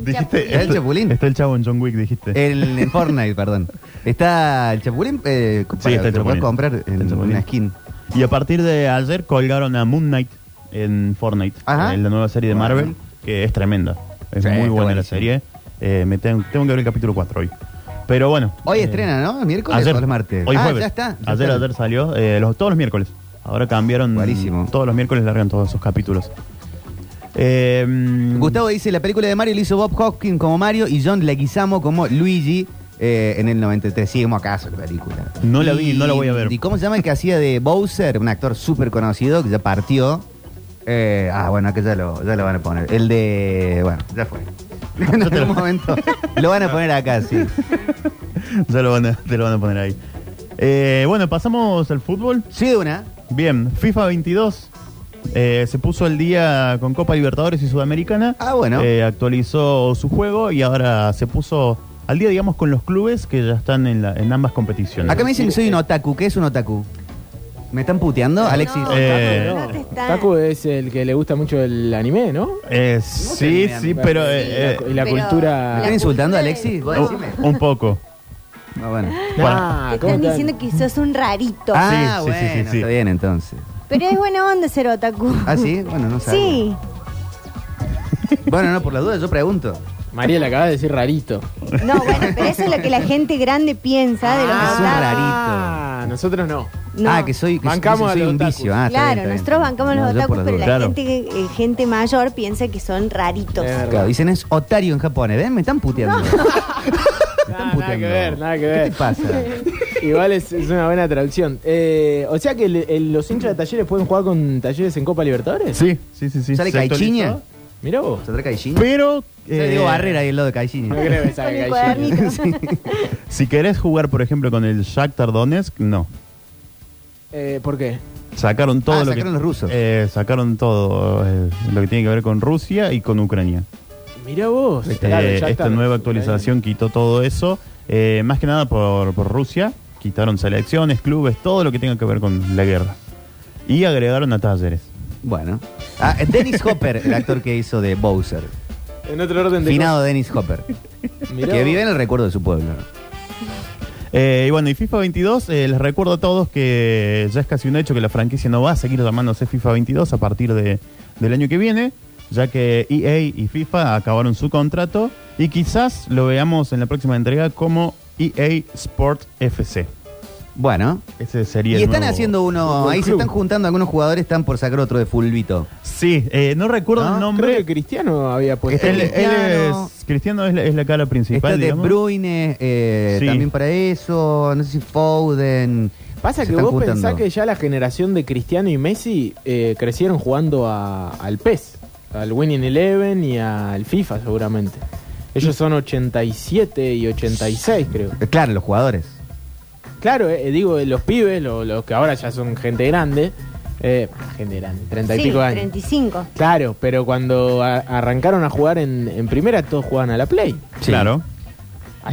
S9: Dijiste,
S4: Está el
S9: está-
S4: Chapulín. Eh,
S9: Está el chavo en John Wick, dijiste.
S4: El, en Fortnite, perdón. Está el Chapulín. Eh, para,
S9: está el
S4: lo podés
S9: Chapulín.
S4: comprar
S9: Está el
S4: en
S9: Chapulín.
S4: una skin.
S9: Y a partir de ayer colgaron a Moon Knight en Fortnite,
S4: Ajá.
S9: en la nueva serie de
S4: Bueno.
S9: Marvel, que es tremenda. Es
S4: Sí,
S9: muy
S4: está
S9: buena la
S4: buenísimo.
S9: serie. Eh, me tengo, tengo que ver el capítulo 4 hoy. Pero bueno.
S4: Hoy
S9: eh,
S4: estrena, ¿no? ¿Miércoles
S9: ayer,
S4: o el martes?
S9: Hoy
S4: ah,
S9: jueves.
S4: ya está. ya
S9: ayer,
S4: está.
S9: ayer salió. eh, los- todos los miércoles. Ahora cambiaron.
S4: Buenísimo.
S9: Todos los miércoles largan todos sus capítulos. Eh, mm,
S4: Gustavo dice, la película de Mario la hizo Bob Hopkins como Mario y John Leguizamo como Luigi eh, en el 93. Seguimos acaso la película.
S9: No la
S4: Y-
S9: vi, no la voy a ver.
S4: ¿Y cómo se llama el que hacía de Bowser? Un actor súper conocido que ya partió. Eh, ah, bueno, que ya lo, ya lo van a poner. El de... Bueno, ya fue. en
S9: te lo-
S4: algún momento lo van a poner acá, sí.
S9: Ya lo van a, te lo van a poner ahí. Eh, bueno, pasamos al fútbol.
S4: Sí, de una.
S9: Bien, FIFA 22 eh, se puso el día con Copa Libertadores y Sudamericana.
S4: Ah, bueno.
S9: Eh, actualizó su juego y ahora se puso al día, digamos, con los clubes que ya están en, la- en ambas competiciones.
S4: Acá me dicen que soy un otaku. ¿Qué es un otaku? ¿Me están puteando, Alexis?
S3: No,
S9: Eh,
S3: no, no te está-
S6: Taku es el que le gusta mucho el anime, ¿no?
S9: Eh, sí,
S4: sé,
S9: sí,
S4: me-
S9: pero...
S6: Y
S9: eh,
S6: la- y la
S3: Pero-
S6: cultura...
S4: ¿Me están insultando,
S3: cultura de-
S4: Alexis? Vos
S9: eh,
S4: decime.
S9: un poco.
S4: Ah, bueno.
S6: Nah,
S3: Te
S6: Ah, ¿cómo
S3: están diciendo que sos un rarito.
S4: Ah,
S9: sí, sí,
S4: bueno,
S9: sí, sí.
S4: está bien entonces.
S3: Pero es buena onda ser otaku.
S4: ¿Ah, sí? Bueno, no sabía.
S3: Sí.
S4: Bueno, no, por la duda yo pregunto.
S6: María le acaba de decir rarito.
S3: No, bueno, pero eso es lo que la gente grande piensa de los
S4: Ah, es un
S3: otakus.
S4: rarito.
S6: Ah, nosotros no.
S3: No.
S4: Ah, que soy, que
S6: Bancamos
S4: soy- soy
S6: a los
S4: un
S6: otakus.
S4: vicio. Ah, está
S3: claro,
S4: bien, está bien.
S3: nosotros bancamos
S4: No,
S3: los
S4: yo por
S3: otakus, pero
S4: duda.
S3: la
S9: Claro.
S3: gente, eh, gente mayor piensa que son raritos.
S6: Es verdad.
S4: Claro, dicen es otario en japonés. ¿Ven? Me están puteando. Me están
S6: Nah, Ah, nada que ver, nada que
S4: ¿Qué
S6: ver.
S4: te pasa?
S6: Igual es, es una buena traducción. Eh, o sea que el- el- los hinchas de talleres pueden jugar con talleres en Copa Libertadores.
S9: Sí, sí, sí. sí.
S4: ¿Sale
S9: Se actualizó.
S4: Caichiña?
S6: Mirá vos.
S4: ¿Se trae Caixinha?
S9: Pero.
S4: Se
S9: eh,
S4: digo barrera ahí al lado de Caixinha.
S6: No creo que
S3: Con
S6: salga
S3: el
S6: ahí.
S3: cuadernito.
S9: Si querés jugar, por ejemplo, con el Shakhtar Donetsk, no.
S6: Eh, ¿Por qué?
S9: Sacaron todo
S4: Ah,
S9: lo que.
S4: sacaron los rusos.
S9: Eh, sacaron todo eh, lo que tiene que ver con Rusia y con Ucrania.
S6: Mirá vos.
S4: Este,
S9: Eh,
S6: Claro, Pues ya
S9: esta
S6: está.
S9: nueva actualización quitó todo eso. eh, más que nada por, por Rusia. Quitaron selecciones, clubes, todo lo que tenga que ver con la guerra. Y agregaron a Talleres.
S4: Bueno. Ah, Dennis Hopper, el actor que hizo de Bowser.
S6: En otro orden de
S4: Finado Dennis Hopper.
S6: cosas. Mirá
S4: Que
S6: vos.
S4: vive en el recuerdo de su pueblo.
S9: Eh, y bueno, y FIFA 22, eh, les recuerdo a todos que ya es casi un hecho que la franquicia no va a seguir llamándose FIFA 22 a partir de, del año que viene, ya que EA y FIFA acabaron su contrato y quizás lo veamos en la próxima entrega como EA Sport FC.
S4: Bueno.
S9: Ese sería
S4: Y
S9: el
S4: están
S9: nuevo-
S4: haciendo uno.
S9: nuevo
S4: Ahí se
S9: club.
S4: están juntando algunos jugadores, están por sacar otro de Fulvito.
S9: Sí, eh, no recuerdo
S4: No,
S9: el
S6: Creo
S9: nombre.
S6: que Cristiano había
S4: Este
S6: puesto.
S9: Pues Él, él
S4: Cristiano.
S9: es, Cristiano es la, es la cara principal,
S6: Este
S4: Está Este De
S9: digamos.
S4: Bruyne eh,
S9: Sí.
S4: también para eso. No sé si Foden.
S6: Pasa
S4: Se
S6: que
S4: están
S6: vos
S4: juntando.
S6: pensás que ya la generación de Cristiano y Messi eh, crecieron jugando a- al PES, al Winning Eleven y al FIFA seguramente. Ellos son 87 y 86 creo.
S4: Eh, Claro, los jugadores.
S6: Claro, eh, digo, eh, los pibes, lo- los, que ahora ya son gente grande, eh, gente grande, 30 y
S3: Sí,
S6: pico de años.
S3: 35.
S6: Claro, pero cuando a- arrancaron a jugar en, en primera todos jugaban a la Play.
S4: Sí.
S9: Claro.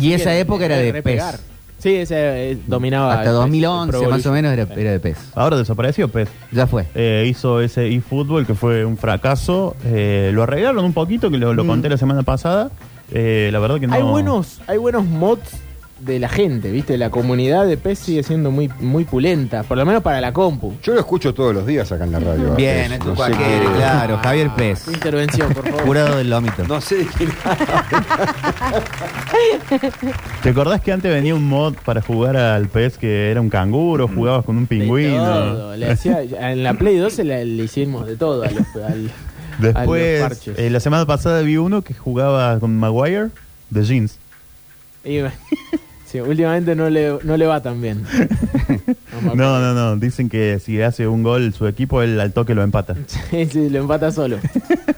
S4: Y esa época era de
S6: repegar.
S4: PES.
S6: Sí, ese eh, dominaba. el
S4: Hasta
S6: PES, el
S4: 2011
S6: Pro
S4: más o
S6: Evolution.
S4: menos era, era de PES.
S9: Ahora desapareció, pero...
S4: Ya fue.
S9: Eh, hizo ese eFootball que fue un fracaso. Eh, lo arreglaron un poquito, que lo, lo conté la semana pasada. Eh, la verdad que no.
S6: Mm. Hay buenos, hay buenos mods de la gente, ¿viste? La comunidad de PES sigue siendo muy, muy pulenta, por lo menos para la compu.
S8: Yo lo escucho todos los días acá en la radio.
S4: Bien,
S8: es
S4: esto cualquiera, claro. Javier E Pez.
S6: Ah, Tu intervención, por favor.
S4: Jurado del lomito.
S8: No sé de quién.
S9: ¿Te acordás que antes venía un mod para jugar al pez que era un canguro, jugabas con un
S6: Mm. De
S9: pingüino?
S6: todo, le hacía- en la Play 12 la- le hicimos de todo a los- al- a los
S9: Después,
S6: parches.
S9: eh, la semana pasada vi uno que jugaba con Maguire de jeans.
S6: Y- sí, últimamente no le, no le va tan bien. me
S9: No, no, no. Dicen que si hace un gol su equipo, él al toque lo empata.
S6: Sí, sí, lo empata solo.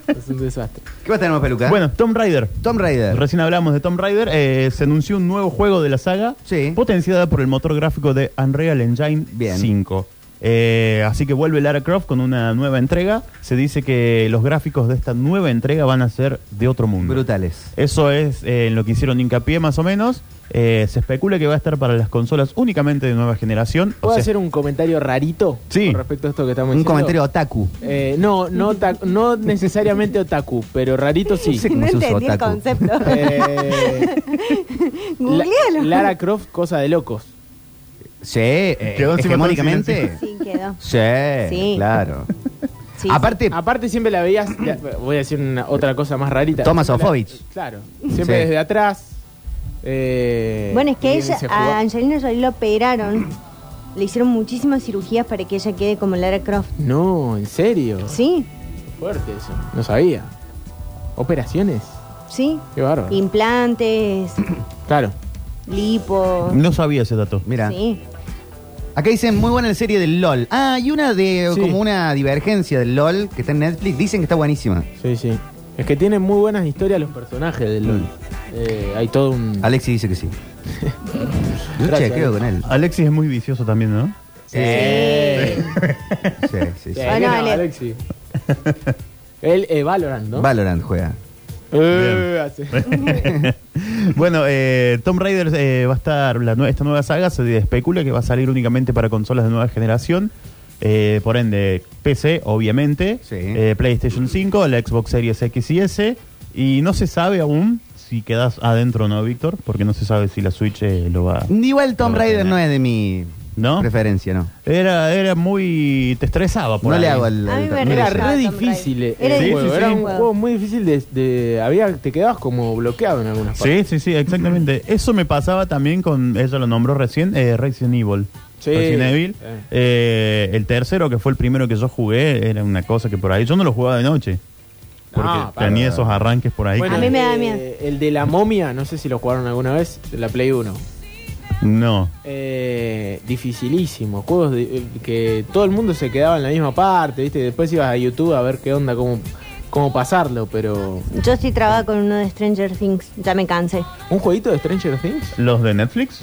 S6: Es un desastre.
S4: ¿Qué va a tener más peluca?
S9: Bueno, Tom Raider.
S4: Tom Raider.
S9: Recién hablamos de Tomb Raider. eh, se anunció un nuevo juego de la saga.
S4: Sí.
S9: Potenciada por el motor gráfico de Unreal Engine
S4: Bien.
S9: 5. Eh, así que vuelve Lara Croft con una nueva entrega. Se dice que los gráficos de esta nueva entrega van a ser de otro mundo.
S4: Brutales.
S9: Eso es eh, en lo que hicieron hincapié más o menos. Eh, se especula que va a estar para las consolas únicamente de nueva generación. O
S6: ¿Puedo
S9: sea,
S6: hacer un comentario rarito
S9: Sí.
S6: con respecto a esto que estamos
S4: Un
S6: diciendo?
S4: comentario otaku.
S6: Eh, no, no, ta- no necesariamente otaku, pero rarito sí.
S4: Sí.
S3: No
S4: Como sus
S3: entendí el
S4: otaku.
S3: concepto.
S6: Eh, La-
S3: Googlealo.
S6: Lara Croft, cosa de locos.
S4: Sí, eh,
S9: Quedó encima
S4: hegemónicamente.
S3: Sí, quedó.
S4: Sí,
S3: Sí.
S4: claro.
S3: Sí,
S4: Aparte,
S6: Aparte siempre la veías, ya, voy a decir una- otra cosa más rarita.
S4: Thomas
S6: Siempre la-
S4: Sofovich.
S6: Claro, siempre
S4: Sí.
S6: desde atrás. eh,
S3: Bueno, es que
S6: y
S3: ella, ah,
S6: se jugó-
S3: a Angelina Jolie la operaron. Le hicieron muchísimas cirugías para que ella quede como Lara Croft.
S6: No, en serio.
S3: Sí,
S6: Fuerte eso. No sabía. Operaciones.
S3: sí.
S6: Qué bárbaro.
S3: Implantes,
S6: Claro.
S3: lipo.
S9: No sabía ese dato.
S4: mira,
S3: Sí.
S4: acá dicen muy buena la serie del LOL. Ah, y una de
S6: Sí.
S4: como una divergencia del LOL que está en Netflix. Dicen que está buenísima.
S6: Sí, sí. Es que tienen muy buenas historias los personajes del LOL. Eh, hay todo un.
S4: Alexi dice que sí. Yo
S6: Gracias,
S4: chequeo
S6: Alex.
S4: con él.
S9: Alexis es muy vicioso también, ¿no?
S6: Sí.
S4: Eh. Sí, sí, sí.
S6: Sí,
S3: Bueno,
S6: no,
S3: Ale-
S6: Alexi. Él eh, Valorant, ¿no?
S4: Valorant juega.
S6: Eh, hace-
S9: bueno, eh, Tomb Raider eh, va a estar, la nue- esta nueva saga se especula que va a salir únicamente para consolas de nueva generación. eh, por ende, PC, obviamente,
S4: Sí.
S9: eh, PlayStation 5, la Xbox Series X y S. Y no se sabe aún si quedas adentro o no, Víctor, porque no se sabe si la Switch eh, lo va.
S4: Igual Tom
S9: Lo va a
S4: Raider
S9: tener.
S4: no es de mi
S9: ¿No?
S4: preferencia, no.
S9: Era, era muy. te estresaba por
S4: No le
S9: ahí.
S4: hago al.
S3: A mí
S4: al-
S3: me
S6: Era
S3: Estaba
S6: re
S3: Tomb
S6: difícil eh,
S3: Raider. Era
S6: el
S9: Sí,
S6: juego.
S9: sí,
S6: Era
S9: sí.
S6: un juego muy difícil de, de- había te quedabas como bloqueado en algunas
S9: Sí, sí, sí, exactamente. Eso me pasaba también con, ella lo nombró recién, eh, Resident Evil.
S6: Sí.
S9: Resident Evil.
S6: Eh.
S9: Eh, el tercero, que fue el primero que yo jugué, era una cosa que por ahí, yo no lo jugaba de noche. Porque
S6: Ah, para.
S9: tenía esos arranques por ahí.
S6: Bueno,
S3: A
S9: que-
S3: mí me da miedo.
S6: eh, El de la momia, no sé si lo jugaron alguna vez, de la Play 1.
S9: No.
S6: Eh, dificilísimo, juegos de- eh, que todo el mundo se quedaba en la misma parte, ¿viste? Después ibas a YouTube a ver qué onda, cómo cómo pasarlo, pero.
S3: Yo estoy trabada con uno de Stranger Things, ya me cansé.
S6: ¿Un jueguito de Stranger Things?
S9: ¿Los de Netflix?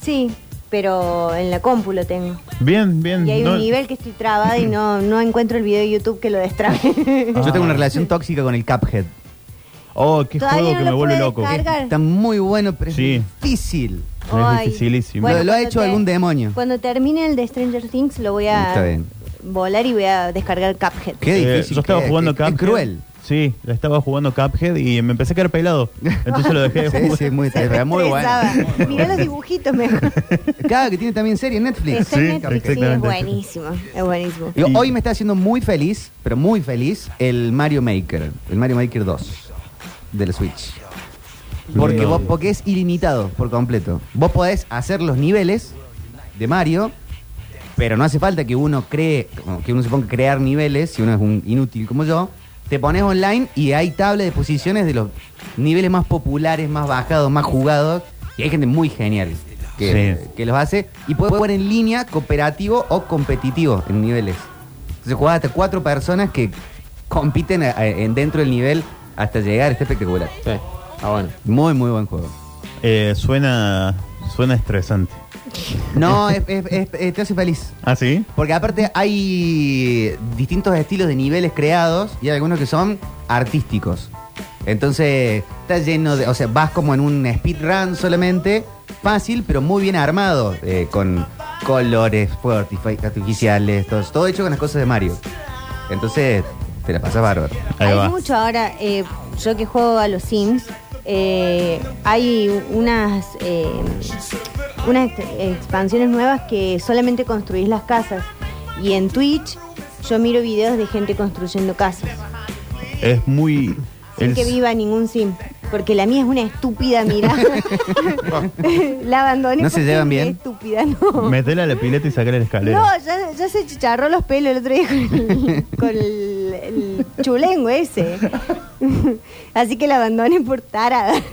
S3: Sí, pero en la compu lo tengo.
S9: Bien, bien.
S3: Y hay
S9: no-
S3: un nivel que estoy trabada y no, no encuentro el video de YouTube que lo destrabe.
S4: Yo tengo una relación tóxica con el Cuphead.
S9: Oh, qué juego
S3: Todavía no
S9: que me
S3: lo
S9: vuelve
S3: pude
S9: loco.
S3: descargar.
S4: Está muy bueno, pero es
S9: Sí.
S4: difícil.
S9: Es
S3: Ay.
S9: dificilísimo.
S4: Lo- lo ha
S3: cuando
S4: hecho algún demonio.
S3: Cuando termine el de Stranger Things lo voy
S4: Está
S3: a
S4: bien.
S3: volar y voy a descargar Cuphead.
S4: Qué
S9: Eh,
S4: difícil.
S9: yo estaba
S4: que-
S9: jugando
S4: que- es
S9: Cuphead.
S4: cruel.
S9: Sí, la estaba jugando Cuphead y me empecé a quedar pelado. Entonces lo dejé de
S4: Sí,
S9: jugar.
S4: sí, muy,
S3: Se
S4: es
S3: me
S4: muy bueno.
S3: estresaba. Mirá los dibujitos mejor.
S4: Claro, que tiene también serie en Netflix.
S3: Está en Netflix, sí, es
S9: exactamente.
S3: buenísimo. Es buenísimo.
S4: Digo,
S9: Y-
S4: Hoy me está haciendo muy feliz, pero muy feliz, el Mario Maker, el Mario Maker 2 de la Switch. Porque,
S9: Bien.
S4: vos, porque es ilimitado por completo. Vos podés hacer los niveles de Mario, pero no hace falta que uno cree, como que uno se ponga a crear niveles, si uno es un inútil como yo. Te pones online y hay tablas de posiciones de los niveles más populares, más bajados, más jugados. Y hay gente muy genial que,
S9: Sí.
S4: que los hace. Y puedes jugar en línea, cooperativo o competitivo en niveles. Entonces jugás hasta cuatro personas que compiten a- a- en- dentro del nivel hasta llegar. Está espectacular.
S6: Sí. Ah, bueno.
S4: Muy, muy buen juego.
S9: Eh, suena, suena estresante.
S4: No, es- es- es- es- te hace feliz.
S9: ¿Ah, sí?
S4: Porque aparte hay distintos estilos de niveles creados y hay algunos que son artísticos. Entonces está lleno de... O sea, vas como en un speedrun solamente, fácil, pero muy bien armado, eh, con colores, fuegos artifi- artificiales, todo, todo hecho con las cosas de Mario. Entonces te la pasas bárbaro.
S9: Ahí
S3: hay
S9: va.
S3: mucho ahora, eh, yo que juego a los Sims, eh, hay unas, eh, unas ex- expansiones nuevas que solamente construís las casas. Y en Twitch yo miro videos de gente construyendo casas,
S9: Es muy...
S3: sin
S9: el-
S3: que viva ningún Sim. Porque la mía es una estúpida, mira. la abandoné.
S4: ¿No se
S3: porque
S4: llevan
S3: es
S4: bien?
S3: Estúpida, no.
S9: Metela a la pileta y sacar la escalera.
S3: No, ya, ya se chicharró los pelos el otro día con el, con el- el chulengo ese. Así que la abandoné por tarada.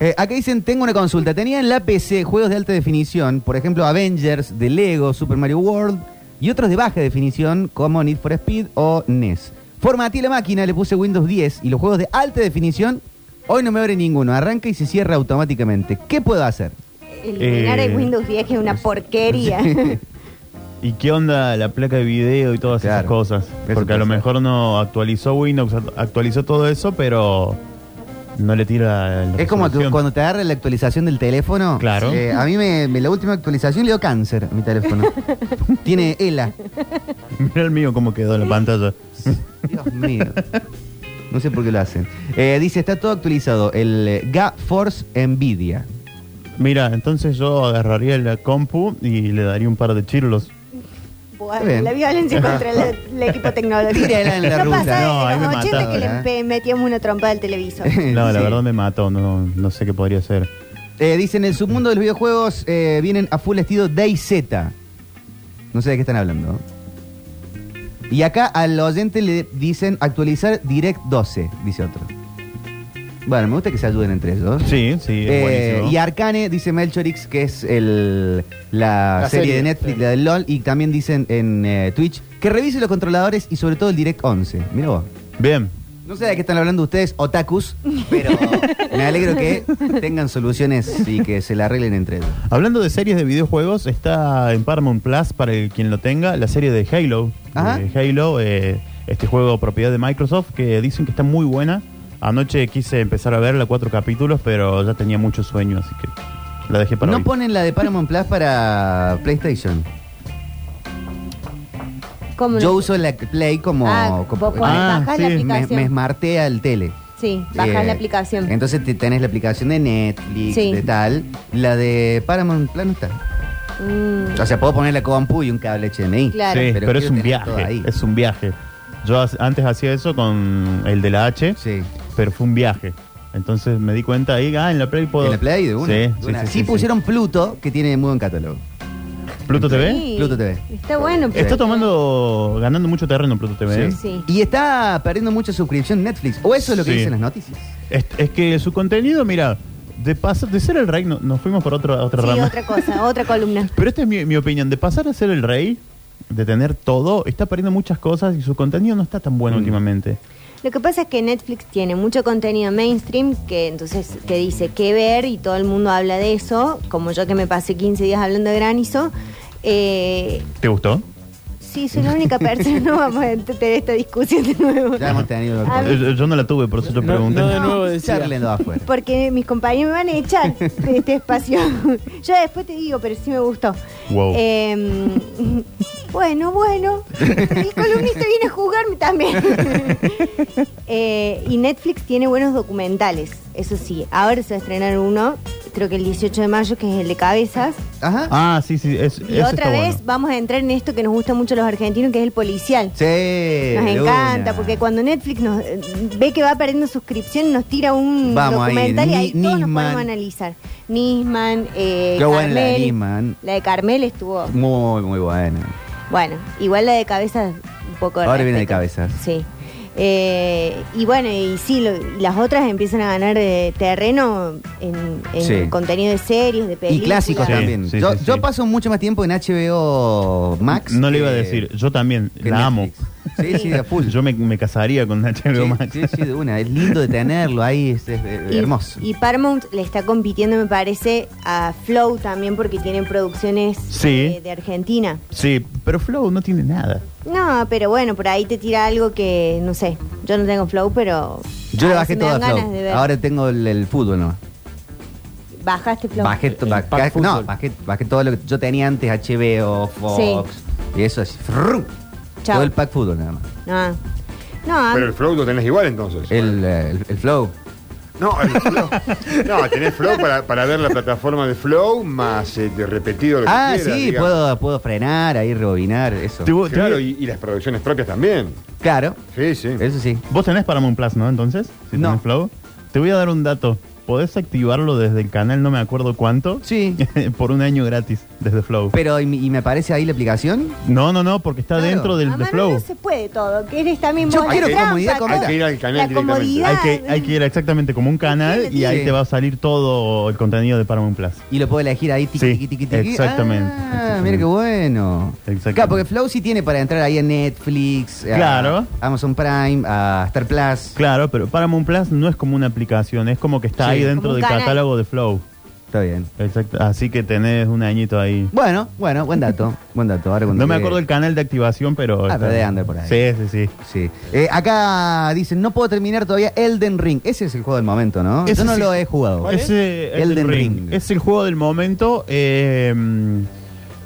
S4: Eh, acá dicen, tengo una consulta. Tenía en la PC juegos de alta definición, por ejemplo Avengers, de Lego, Super Mario World, y otros de baja definición como Need for Speed o E NES. Formateé la máquina, le puse Windows 10 y los juegos de alta definición, hoy no me abre ninguno, arranca y se cierra automáticamente. ¿Qué puedo hacer?
S3: Eliminar
S9: Eh,
S3: el Windows 10 que es una porquería.
S9: ¿Y qué onda la placa de video y todas esas
S4: Claro.
S9: cosas?
S4: Eso
S9: Porque a lo
S4: puede ser.
S9: mejor no actualizó Windows, act- actualizó todo eso, pero no le tira el
S4: Es como que cuando te agarra la actualización del teléfono.
S9: Claro.
S4: eh, a mí me, me- la última actualización le dio cáncer a mi teléfono. Tiene E ELA.
S9: Mira el mío cómo quedó la pantalla.
S4: Dios mío. No sé por qué lo hacen. Eh, dice, está todo actualizado. El eh, GaForce Nvidia.
S9: Mira, entonces yo agarraría la compu y le daría un par de chirlos.
S3: Buah,
S4: bien.
S3: la violencia contra el, el equipo tecnológico.
S4: Tírala en la
S3: Yo
S4: ruta.
S3: pasaba desde
S9: No, ahí me ¿eh?
S3: los 80 que
S9: mataron,
S3: le pe- metíamos una trompa del televisor.
S9: No, la
S4: Eh, Sí.
S9: verdad me mató, no, no sé qué podría ser.
S4: Eh, dice, en el submundo de los videojuegos eh, vienen a full estilo DayZ. No sé de qué están hablando. Y acá al oyente le dicen actualizar Direct 12, dice otro. Bueno, me gusta que se ayuden entre ellos.
S9: Sí, sí, es
S4: Eh,
S9: buenísimo.
S4: y Arcane, dice Melchorix, que es el, la,
S6: La
S4: serie,
S6: serie,
S4: de Netflix,
S6: sí.
S4: la del LOL, y también dicen en eh, Twitch que revise los controladores y sobre todo el Direct 11. Mira vos.
S9: Bien,
S4: No sé de qué están hablando ustedes, otakus, pero me alegro que tengan soluciones y que se la arreglen entre ellos.
S9: hablando de series de videojuegos, está en Paramount Plus, para el- quien lo tenga, la serie de Halo.
S4: Ajá.
S9: De Halo, eh, este juego propiedad de Microsoft, que dicen que está muy buena. Anoche quise empezar a verla, cuatro capítulos, pero ya tenía mucho sueño, así que la dejé para
S4: ¿No
S9: hoy.
S4: ponen la de Paramount Plus para PlayStation?
S3: ¿Cómo no?
S4: Yo uso la Play como...
S3: Ah,
S4: como-
S3: vos podés
S9: Ah,
S3: bajar la
S9: sí,
S4: me,
S3: aplicación.
S4: me smartea el tele.
S3: sí, bajás
S4: Eh,
S3: la aplicación.
S4: Entonces te tenés la aplicación de Netflix,
S3: Sí.
S4: de tal. La de Paramount Plus no está.
S3: Mm,
S4: O sea, puedo poner la compu y un cable HDMI.
S3: Claro.
S9: Sí, pero, es
S4: quiero
S9: un
S4: tener todo
S9: viaje.
S4: ahí.
S9: Es un viaje. Yo hace- antes hacía eso con el de la H,
S4: Sí.
S9: pero fue un viaje. Entonces me di cuenta ahí, ah, en la Play puedo.
S4: En la Play de una.
S9: Sí,
S4: de
S9: sí,
S4: una.
S9: sí,
S4: Sí
S9: sí,
S4: pusieron Pluto, que tiene muy buen catálogo.
S9: sí. Pluto TV.
S3: sí,
S4: Pluto TV.
S3: Está bueno. pero-
S9: Está tomando, ganando mucho terreno Pluto ¿eh? TV.
S3: Sí.
S4: Y está perdiendo mucha suscripción Netflix. O eso es lo que
S9: Sí.
S4: dicen las noticias.
S9: Es, es que su contenido, mira, de pasar de ser el rey, no- nos fuimos por otra otra
S3: Sí,
S9: rama.
S3: otra cosa, otra columna.
S9: Pero esta es mi, mi opinión, de pasar a ser el
S6: Mm.
S9: rey, de tener todo, está perdiendo muchas cosas y su contenido no está tan bueno últimamente.
S3: Lo que pasa es que Netflix tiene mucho contenido mainstream que entonces te dice qué ver y todo el mundo habla de eso, como yo que me pasé 15 días hablando de granizo. Eh,
S9: ¿Te gustó?
S3: sí, soy la única persona, vamos a tener esta discusión de nuevo.
S4: Ya hemos tenido.
S3: A mí-
S9: Yo, yo no la tuve, por eso yo
S6: No,
S9: pregunté.
S6: no de nuevo decía.
S4: Charlen dos afuera.
S3: Porque mis compañeros me van a echar de este espacio. Yo después te digo, pero sí me gustó.
S9: Wow.
S3: Eh, bueno, bueno. El columnista viene a jugarme también. Eh, y Netflix tiene buenos documentales, eso sí. Ahora se va a estrenar uno, creo que el 18 de mayo, que es el de cabezas.
S4: Ajá.
S9: Ah, sí, sí. Es,
S3: Y
S9: eso
S3: otra
S9: está
S3: vez
S9: bueno.
S3: vamos a entrar en esto que nos gusta mucho a los argentinos, que es el policial.
S4: Sí.
S3: Nos
S4: de
S3: encanta,
S4: una.
S3: porque cuando Netflix nos eh, ve que va perdiendo suscripción, nos tira un
S4: Vamos ahí,
S3: documental y ahí
S4: Ni-
S3: todos nos
S4: Nisman.
S3: podemos analizar. Nisman, eh,
S4: Qué buena la de
S3: Carmel.
S4: Nisman.
S3: La de Carmel estuvo.
S4: Muy, muy buena.
S3: Bueno, igual la de cabezas, un poco.
S4: Ahora viene de
S3: respeto.
S4: cabezas.
S3: Sí. Eh, y bueno, y sí, lo- y las otras empiezan a ganar eh, terreno en, en
S4: Sí.
S3: contenido de series, de
S4: Y
S3: películas.
S4: clásicos
S9: Sí,
S4: también.
S9: sí,
S4: yo,
S9: sí,
S4: yo
S9: sí.
S4: paso mucho más tiempo en HBO Max.
S9: No
S4: que-
S9: le iba a decir. Yo también.
S4: que
S9: Este, La amo.
S4: Netflix. Sí, sí, a full.
S9: Yo me, me casaría con HBO
S4: Sí,
S9: Max.
S4: sí, sí, de una. Es lindo de tenerlo ahí, es, es- es
S3: Y-
S4: hermoso.
S3: Y Paramount le está compitiendo, me parece, a Flow también porque tienen producciones
S9: Sí.
S3: eh, de Argentina.
S9: Sí, pero Flow no tiene nada.
S3: No, pero bueno, por ahí te tira algo que, no sé, yo no tengo Flow, pero...
S4: Yo le
S3: a
S4: bajé
S3: veces Ah, me
S4: todo a
S3: dan ganas de
S4: Flow.
S3: ver.
S4: Ahora tengo el, el fútbol nomás.
S3: Bajaste este Flow.
S4: Bajé, to-
S6: El
S4: bajé-
S6: pack
S4: no,
S6: fútbol.
S4: bajé, bajé todo lo que yo tenía antes, HBO, Fox. Y eso es.
S3: Chao.
S4: Todo el pack fútbol nada más.
S3: No, no a-
S8: Pero el flow lo tenés igual entonces.
S4: El, eh, el- el flow.
S8: No, el flow. no, tenés flow para, para ver la plataforma de flow más eh, de repetido lo que
S4: Ah,
S8: quieras,
S4: sí,
S8: digamos.
S4: puedo, puedo frenar, ahí rebobinar, eso.
S9: Te- te-
S8: Claro, y, y las producciones propias también.
S4: Claro,
S8: Sí, sí.
S4: eso sí.
S9: Vos tenés Paramount Plus, ¿no? Entonces, si
S4: No.
S9: tenés Flow. Te voy a dar un dato. Podés activarlo desde el canal, no me acuerdo cuánto.
S4: Sí.
S9: por un año gratis, desde Flow.
S4: Pero, ¿y, me- y me aparece ahí la aplicación?
S9: No, no, no, porque está
S4: Claro.
S9: dentro del de
S3: Mamá,
S9: Flow.
S3: Ah, No se puede todo, que eres también
S4: Yo
S3: vos la
S4: quiero
S3: trampa,
S4: comodidad
S3: co-
S4: completa. Hay que
S8: ir al canal
S3: la
S8: directamente.
S3: comodidad.
S9: Hay que, hay que ir exactamente como un canal y ahí
S4: Sí.
S9: te va a salir todo el contenido de Paramount Plus.
S4: Y lo puedo elegir ahí, tiqui,
S9: Sí,
S4: tiqui, tiqui, tiqui.
S9: exactamente,
S4: Ah,
S9: exactamente.
S4: mira qué bueno.
S9: Exactamente.
S4: Claro, porque Flow sí tiene para entrar ahí a Netflix, a
S9: Claro.
S4: Amazon Prime, a Star Plus.
S9: Claro, pero Paramount Plus no es como una aplicación, es como que está
S4: Sí.
S9: ahí
S3: Como
S9: dentro
S3: un
S9: del
S3: canal.
S9: catálogo de Flow.
S4: Está bien.
S9: Exacto. Así que tenés un añito ahí.
S4: Bueno, bueno, buen dato. Buen dato. Ahora cuando
S9: No me
S4: llegue-
S9: acuerdo el canal de activación, pero.
S4: Ah,
S9: está-
S4: pero debe andar por ahí.
S9: Sí, sí, sí.
S4: Sí. Eh, acá dicen, no puedo terminar todavía Elden Ring. Ese es el juego del momento, ¿no?
S9: Ese
S4: Yo no
S9: sí.
S4: lo he jugado.
S9: Ese
S4: Elden Ring.
S9: Es el juego del momento. eh,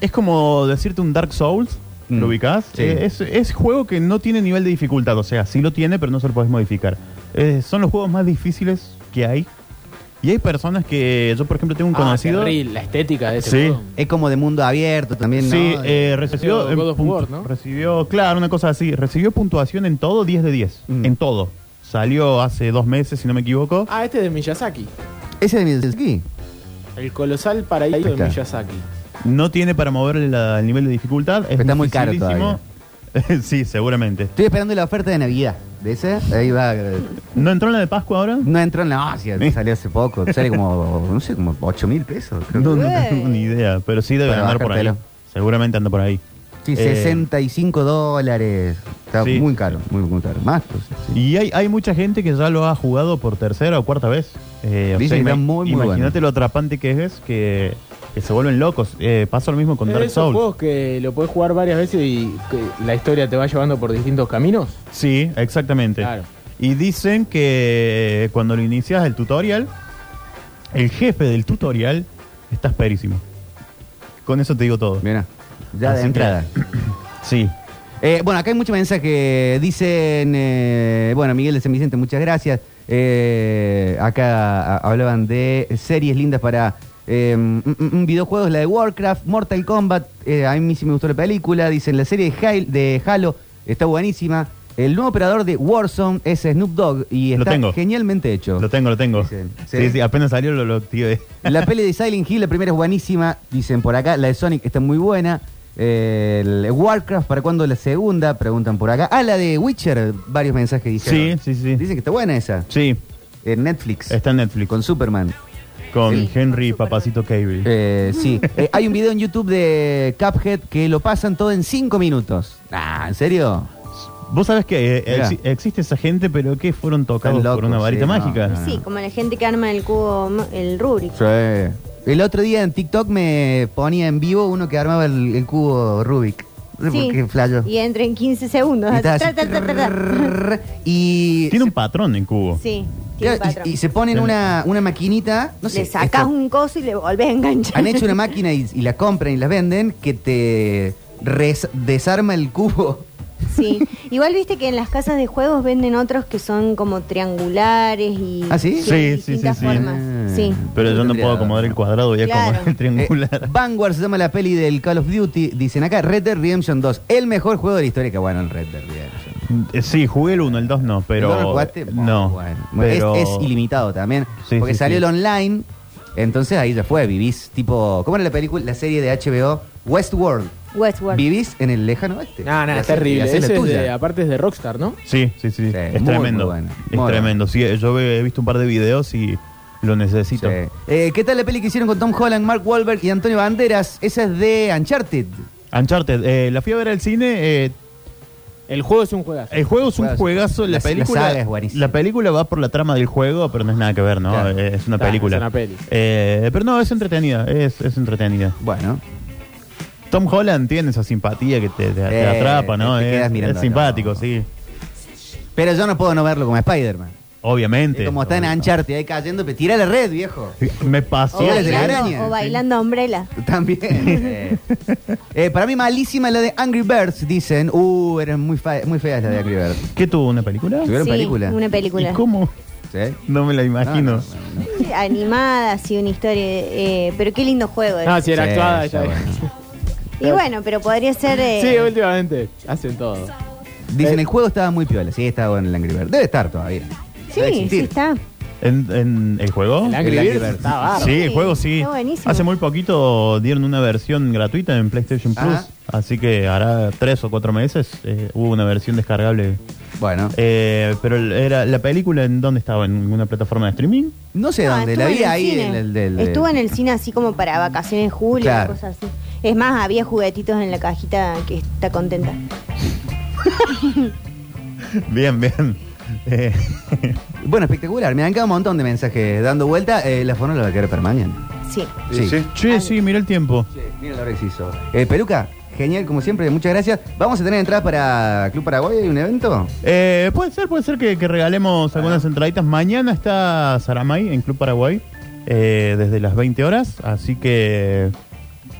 S9: es como decirte un Dark Souls.
S4: Mm.
S9: ¿Lo ubicás?
S4: Sí.
S9: Eh, Es, es juego que no tiene nivel de dificultad. O sea, sí lo tiene, pero no se lo podés modificar. Eh, son los juegos más difíciles que hay. Y hay personas que. Yo, por ejemplo, tengo un
S6: Ah,
S9: conocido.
S6: terrible, la estética de ese
S9: Sí.
S6: juego.
S4: Es como de mundo abierto también, ¿no?
S9: Sí, eh, recibió,
S6: Recibió God
S9: eh,
S6: of
S9: pun-
S6: War, ¿no?
S9: recibió, claro, una cosa así, recibió puntuación en todo 10 de 10,
S4: Mm.
S9: en todo. Salió hace dos meses, si no me equivoco.
S6: Ah, este es de Miyazaki.
S4: Ese de Miyazaki.
S6: El colosal paraíso
S4: Ahí
S6: de
S4: está.
S6: Miyazaki.
S9: No tiene para moverle la- el nivel de dificultad. Es
S4: Está muy caro
S9: dificilísimo. sí, seguramente.
S4: Estoy esperando la oferta de Navidad. ¿De ese? Ahí va. eh,
S9: ¿No entró en la de Pascua ahora?
S4: No entró en la Asia,
S9: ¿Sí?
S4: salió hace poco. Sale como, no sé, como 8 mil pesos. creo.
S9: No, no
S3: Güey.
S9: tengo ni idea, pero sí debe
S4: Para
S9: andar por ahí.
S4: bajártelo.
S9: Seguramente anda por ahí.
S4: Sí,
S9: Eh,
S4: 65 dólares. Está
S9: Sí.
S4: muy caro, muy, muy caro. Más, pues, sí.
S9: Y hay, hay mucha gente que ya lo ha jugado por tercera o cuarta vez. Eh,
S4: Dicen
S9: o sea,
S4: que está
S9: ima-
S4: muy, muy
S9: Imagínate
S4: bueno.
S9: lo atrapante que es, que, que se vuelven locos. Eh, pasa lo mismo con
S6: Es de
S9: Dark
S6: esos
S9: Souls.
S6: juegos que lo puedes jugar varias veces y que la historia te va llevando por distintos caminos.
S9: Sí, exactamente.
S6: Claro.
S9: Y dicen que eh, cuando lo inicias el tutorial, el jefe del tutorial está asperísimo. Con eso te digo todo.
S4: Mira, ya
S9: Así
S4: de entrada.
S9: Sí.
S4: Eh, bueno, acá hay mucho mensaje. Dicen, eh, bueno, Miguel de San Vicente, muchas gracias. Eh, acá a- hablaban de series lindas para eh, mm, mm, mm, videojuegos, la de Warcraft, Mortal Kombat. eh, a mí sí me gustó la película. Dicen, la serie de, Hal- de Halo está buenísima. El nuevo operador de Warzone es Snoop Dogg y
S9: Lo
S4: está
S9: tengo.
S4: genialmente hecho.
S9: Lo tengo, lo tengo.
S4: Dicen,
S9: sí,
S4: ¿sí?
S9: sí, apenas salió lo, lo activé.
S4: La peli de Silent Hill, la primera es buenísima, dicen por acá. La de Sonic está muy buena. Eh, el Warcraft, ¿para cuándo la segunda? Preguntan por acá. Ah, la de Witcher, varios mensajes dijeron.
S9: Sí, sí, sí. Eh.
S4: Dicen que está buena esa.
S9: Sí,
S4: En Netflix.
S9: está en Netflix.
S4: Con
S9: Con,
S4: Superman.
S3: Sí.
S9: Henry Papacito Cable.
S4: Eh, sí. Eh, hay un video en YouTube de Cuphead que lo pasan todo en cinco minutos. Ah, ¿en serio?
S9: Vos sabés que eh,
S4: Mirá.
S9: exi- existe esa gente, pero que fueron tocados
S4: Están locos,
S9: por una varita
S4: sí, no,
S9: mágica.
S4: no, no.
S3: Sí, como la gente que arma el cubo, ma- el Rubik.
S4: Sí. El otro día en TikTok me ponía en vivo uno que armaba el, el cubo Rubik. No sé
S3: Sí.
S4: por qué flayó.
S3: Y entra en 15 segundos.
S4: Y estaba
S3: Así,
S4: así,
S3: tra, tra, tra, tra.
S4: trrr, y-
S9: Tiene un patrón en cubo.
S3: Sí, tiene
S4: Claro, y-
S3: patrón.
S4: y, se ponen
S9: Sí.
S4: una, una maquinita. No sé,
S3: le sacas
S4: esto-
S3: un coso y le volvés a enganchar.
S4: Han hecho una máquina y, y la compran y la venden que te res- desarma el cubo.
S3: Sí. Igual viste que en las casas de juegos venden otros que son como triangulares y
S4: ¿Ah, sí?
S3: tienen
S4: Ah.
S9: Sí, sí, sí,
S3: distintas
S9: sí.
S3: formas. Sí.
S9: Pero yo no
S4: Tendría-
S9: puedo acomodar el cuadrado, voy a
S3: Claro.
S9: acomodar el triangular.
S4: Eh, Vanguard se llama la peli del Call of Duty. Dicen acá Red Dead Redemption 2, el mejor juego de la historia. Que bueno, el Red Dead Redemption.
S9: Eh, Sí, jugué el 1, el 2 no, pero.
S4: ¿No lo jugaste? Bueno,
S9: No.
S4: bueno.
S9: pero-
S4: Es, es ilimitado también.
S9: Sí,
S4: porque
S9: sí,
S4: salió el
S9: sí.
S4: online. Entonces ahí ya fue. Vivís tipo. ¿Cómo era la película? La serie de HBO Westworld.
S3: Westworld.
S4: Vivís en el lejano oeste.
S6: No, no,
S4: Y hacés-
S6: es
S4: y
S6: terrible.
S4: hacés la
S6: Ese es
S4: tuya.
S6: de- aparte es de Rockstar, ¿no?
S9: Sí, sí, sí.
S4: Sí,
S9: es
S4: muy,
S9: tremendo.
S4: muy bueno.
S9: Es
S4: Muy
S9: tremendo. Sí, yo he visto un par de videos y lo necesito.
S4: Sí. Eh, ¿Qué tal la peli que hicieron con Tom Holland, Mark Wahlberg y Antonio Banderas? Esa es de Uncharted.
S9: Uncharted, eh, la fui a ver al cine. eh,
S6: El juego es un juegazo.
S9: el juego es un
S4: Juegazo.
S9: juegazo. La,
S4: La- la
S9: película,
S4: saga es buenísima.
S9: la película va por la trama del juego, pero no es nada que ver, ¿no?
S4: Claro.
S9: Eh, Es una
S6: Claro,
S9: película.
S6: es una peli.
S9: Eh, pero no, es entretenida. Es, es entretenida.
S4: Bueno,
S9: Tom Holland tiene esa simpatía que te, te- te
S4: Eh,
S9: atrapa, ¿no?
S4: te
S9: Es-
S4: quedas
S9: es,
S4: mirando,
S9: simpático,
S4: no.
S9: sí.
S4: pero yo no puedo no verlo como Spider-Man.
S9: Obviamente.
S4: Es como está en Uncharted ahí cayendo, pero tira la red, viejo.
S9: Me
S3: O,
S9: pasó.
S4: Sí, eres de la araña.
S3: bailando, o bailando umbrella.
S4: También. Eh, eh, para mí malísima la de Angry Birds, dicen. Uh, eran muy, fa- muy feas la de Angry Birds.
S9: ¿Qué tuvo? ¿Una película?
S4: ¿Tuvieron
S3: Sí,
S4: película?
S3: Una
S9: ¿Y
S3: película.
S9: cómo?
S4: ¿Sí?
S9: No me la imagino.
S4: No, no, no, no.
S3: Sí, Animada, así una historia. eh, pero qué lindo juego. eh.
S6: No, si Ah, era
S4: Sí,
S6: actuada.
S4: está
S6: ya-
S4: bueno.
S3: y bueno, pero podría ser. eh,
S6: Sí, últimamente. Hacen todo. Eh.
S4: Dicen, el juego estaba muy piola. Sí, estaba bueno el Angry Birds. Debe estar todavía. Debe
S3: sí, sí
S4: existir.
S3: está.
S9: ¿En, en el juego?
S6: El Angry
S4: El Angry
S6: Birds
S4: Birds.
S6: está
S3: Ah,
S6: bárbaro.
S9: Sí,
S3: Sí,
S9: el juego sí.
S3: está buenísimo.
S9: Hace muy poquito dieron una versión gratuita en PlayStation Plus.
S4: Ajá.
S9: Así que hará tres o cuatro meses eh, hubo una versión descargable.
S4: Bueno,
S9: Eh, pero el- era la película en dónde estaba, en una plataforma de streaming.
S4: no sé
S3: No,
S4: dónde.
S3: estuvo
S4: La
S3: en
S4: vi
S3: el
S4: ahí.
S3: cine.
S4: en el- del- del-
S3: Estuvo en el cine así como para vacaciones de julio,
S4: Claro.
S3: cosas así. Es más, había juguetitos en la cajita que está contenta.
S9: Bien, bien. Eh,
S4: Bueno, espectacular. Me han quedado un montón de mensajes dando vuelta. Eh, la fono la va a quedar para mañana.
S3: Sí.
S8: Sí. sí.
S9: che, sí, mira el tiempo.
S4: Sí, mira la hora que se hizo. Eh, Peluca, genial, como siempre, muchas gracias. ¿Vamos a tener entradas para Club Paraguay un evento?
S9: Eh, puede ser, puede ser que, que regalemos algunas entraditas. Mañana está Saramay en Club Paraguay eh, desde las 20 horas. Así que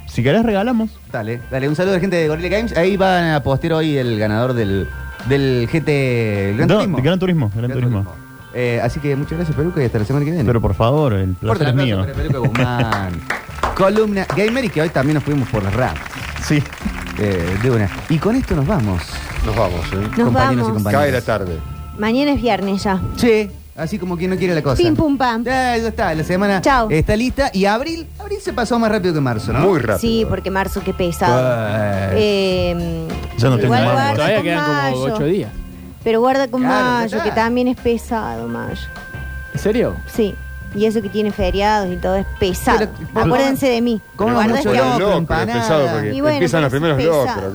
S9: si querés, regalamos.
S4: Dale, dale, un saludo a la gente de Gorilla Games. Ahí van a postear hoy el ganador del, del GT el Gran
S9: No,
S4: Turismo.
S9: Gran Turismo, Gran Turismo.
S4: Eh, así que muchas gracias, Peluca, y hasta la semana que viene.
S9: Pero por favor, el placer
S4: Fuerte
S9: es
S4: aplauso
S9: mío.
S4: para Peluca Guzmán. Columna Gamer y que hoy también nos fuimos por las ramas.
S9: Sí.
S4: Eh, de una. Y con esto nos vamos,
S8: Nos vamos, ¿eh?
S3: Nos
S4: compañeros y
S3: vamos.
S4: compañeras.
S8: Cae la tarde.
S3: Mañana es viernes ya.
S4: Sí, así como quien no quiere la cosa.
S3: Pim, pum, pam.
S4: Ya, ya está, la semana
S3: Chao.
S4: está lista. Y abril, abril se pasó más rápido que marzo, ¿no?
S8: Muy rápido.
S3: Sí, porque marzo qué pesado.
S4: Bueno.
S3: Eh,
S9: Ya no tengo
S3: igual
S9: más.
S3: guarda
S6: Todavía
S3: con
S6: quedan como
S3: mayo.
S6: 8 días.
S3: Pero guarda con
S4: Claro,
S3: mayo,
S4: ya
S3: que
S4: está.
S3: también es pesado mayo.
S6: ¿En serio?
S3: Sí. Y eso que tiene feriados y todo es pesado.
S4: Pero-
S3: Acuérdense de mí.
S4: Como
S3: Guarda
S4: mucho
S3: que
S4: locro,
S8: locro,
S4: empanada.
S8: pesado, porque-
S3: Y bueno,
S8: Empiezan los
S3: pero
S8: primeros
S3: es pesado.
S8: locros,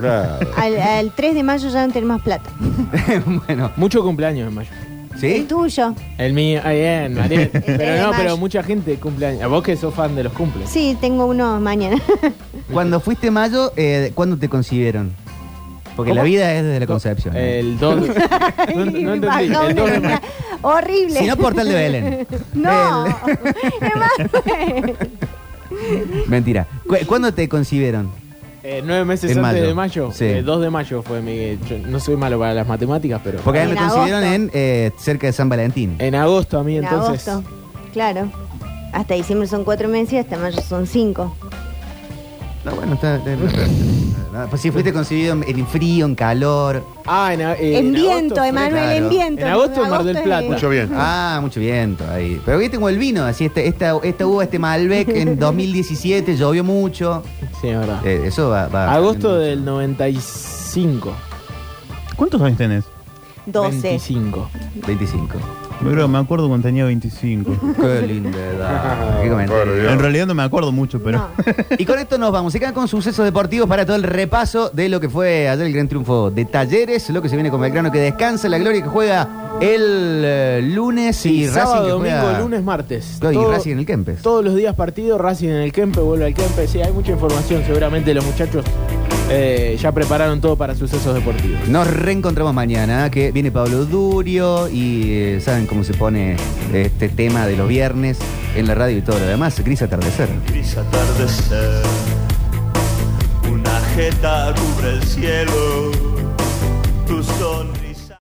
S8: claro.
S3: Al, al 3 de mayo ya no tenés más plata.
S4: bueno,
S6: Mucho cumpleaños en mayo.
S3: El
S4: ¿sí?
S3: tuyo.
S6: El mío, ahí en Mariel.
S3: El de
S6: Pero no,
S3: mayo.
S6: pero mucha gente cumpleaños. A vos que sos fan de los cumples.
S3: Sí, tengo uno mañana.
S4: Cuando fuiste mayo, eh, ¿cuándo te concibieron? Porque
S6: ¿Cómo?
S4: la vida es desde la concepción. ¿eh? ¿no?
S6: El 2 de No, no entendí.
S3: Bajó
S6: El 2 de
S3: una-
S6: mayo.
S3: Horrible.
S4: Si no, portal de Belén.
S3: No.
S4: El-
S3: Emanuel.
S4: Mentira. ¿Cu- ¿Cuándo te concibieron?
S6: Eh, nueve meses
S4: En
S6: antes
S4: mayo.
S6: de mayo.
S4: Sí.
S6: Eh, 2 de mayo fue mi. yo no soy malo para las matemáticas, pero.
S4: Porque a mí me
S3: En
S4: concibieron
S3: agosto.
S4: en eh, cerca de San Valentín.
S6: En agosto a mí,
S3: En
S6: entonces.
S3: agosto. Claro. Hasta diciembre son cuatro meses y hasta mayo son cinco.
S4: No, bueno, está. está- está- está- Pues si fuiste concebido en, en frío, en calor.
S6: Ah, en, a- eh,
S3: en
S6: agosto
S3: viento,
S6: fue-
S3: Emanuel,
S4: claro.
S3: en viento.
S6: En agosto, Mar del
S3: es-
S6: Plata.
S8: Mucho bien.
S4: Ah, mucho viento ahí. Pero viste como el vino, así, este, esta, esta uva, este Malbec, en 2017 llovió mucho.
S6: Sí, es verdad.
S4: Eh, eso va, va-
S6: agosto del 95.
S9: ¿Cuántos años tenés?
S3: 12.
S6: 25.
S4: 25.
S9: Pero me acuerdo cuando tenía 25.
S4: Qué linda
S6: Ah,
S4: edad. Qué comentario.
S9: en realidad no me acuerdo mucho, pero.
S3: No.
S4: Y con esto nos vamos. Se quedan con sucesos deportivos para todo el repaso de lo que fue ayer el gran triunfo de Talleres, lo que se viene con Belgrano que descansa, la gloria que juega el eh, lunes y
S6: Sí, sábado,
S4: Racing que
S6: domingo,
S4: juega...
S6: lunes, martes.
S4: Claro, y
S6: Todo-
S4: Racing en el Kempes.
S6: Todos los días partido, Racing en el Kempe, vuelve al Kempe. Sí, hay mucha información. Seguramente los muchachos eh, ya prepararon todo para sucesos deportivos.
S4: Nos reencontramos mañana, ¿eh? que viene Pablo Durio y eh, saben cómo se pone este tema de los viernes en la radio y todo lo demás. Gris atardecer.
S10: gris atardecer. Una jeta cubre el cielo.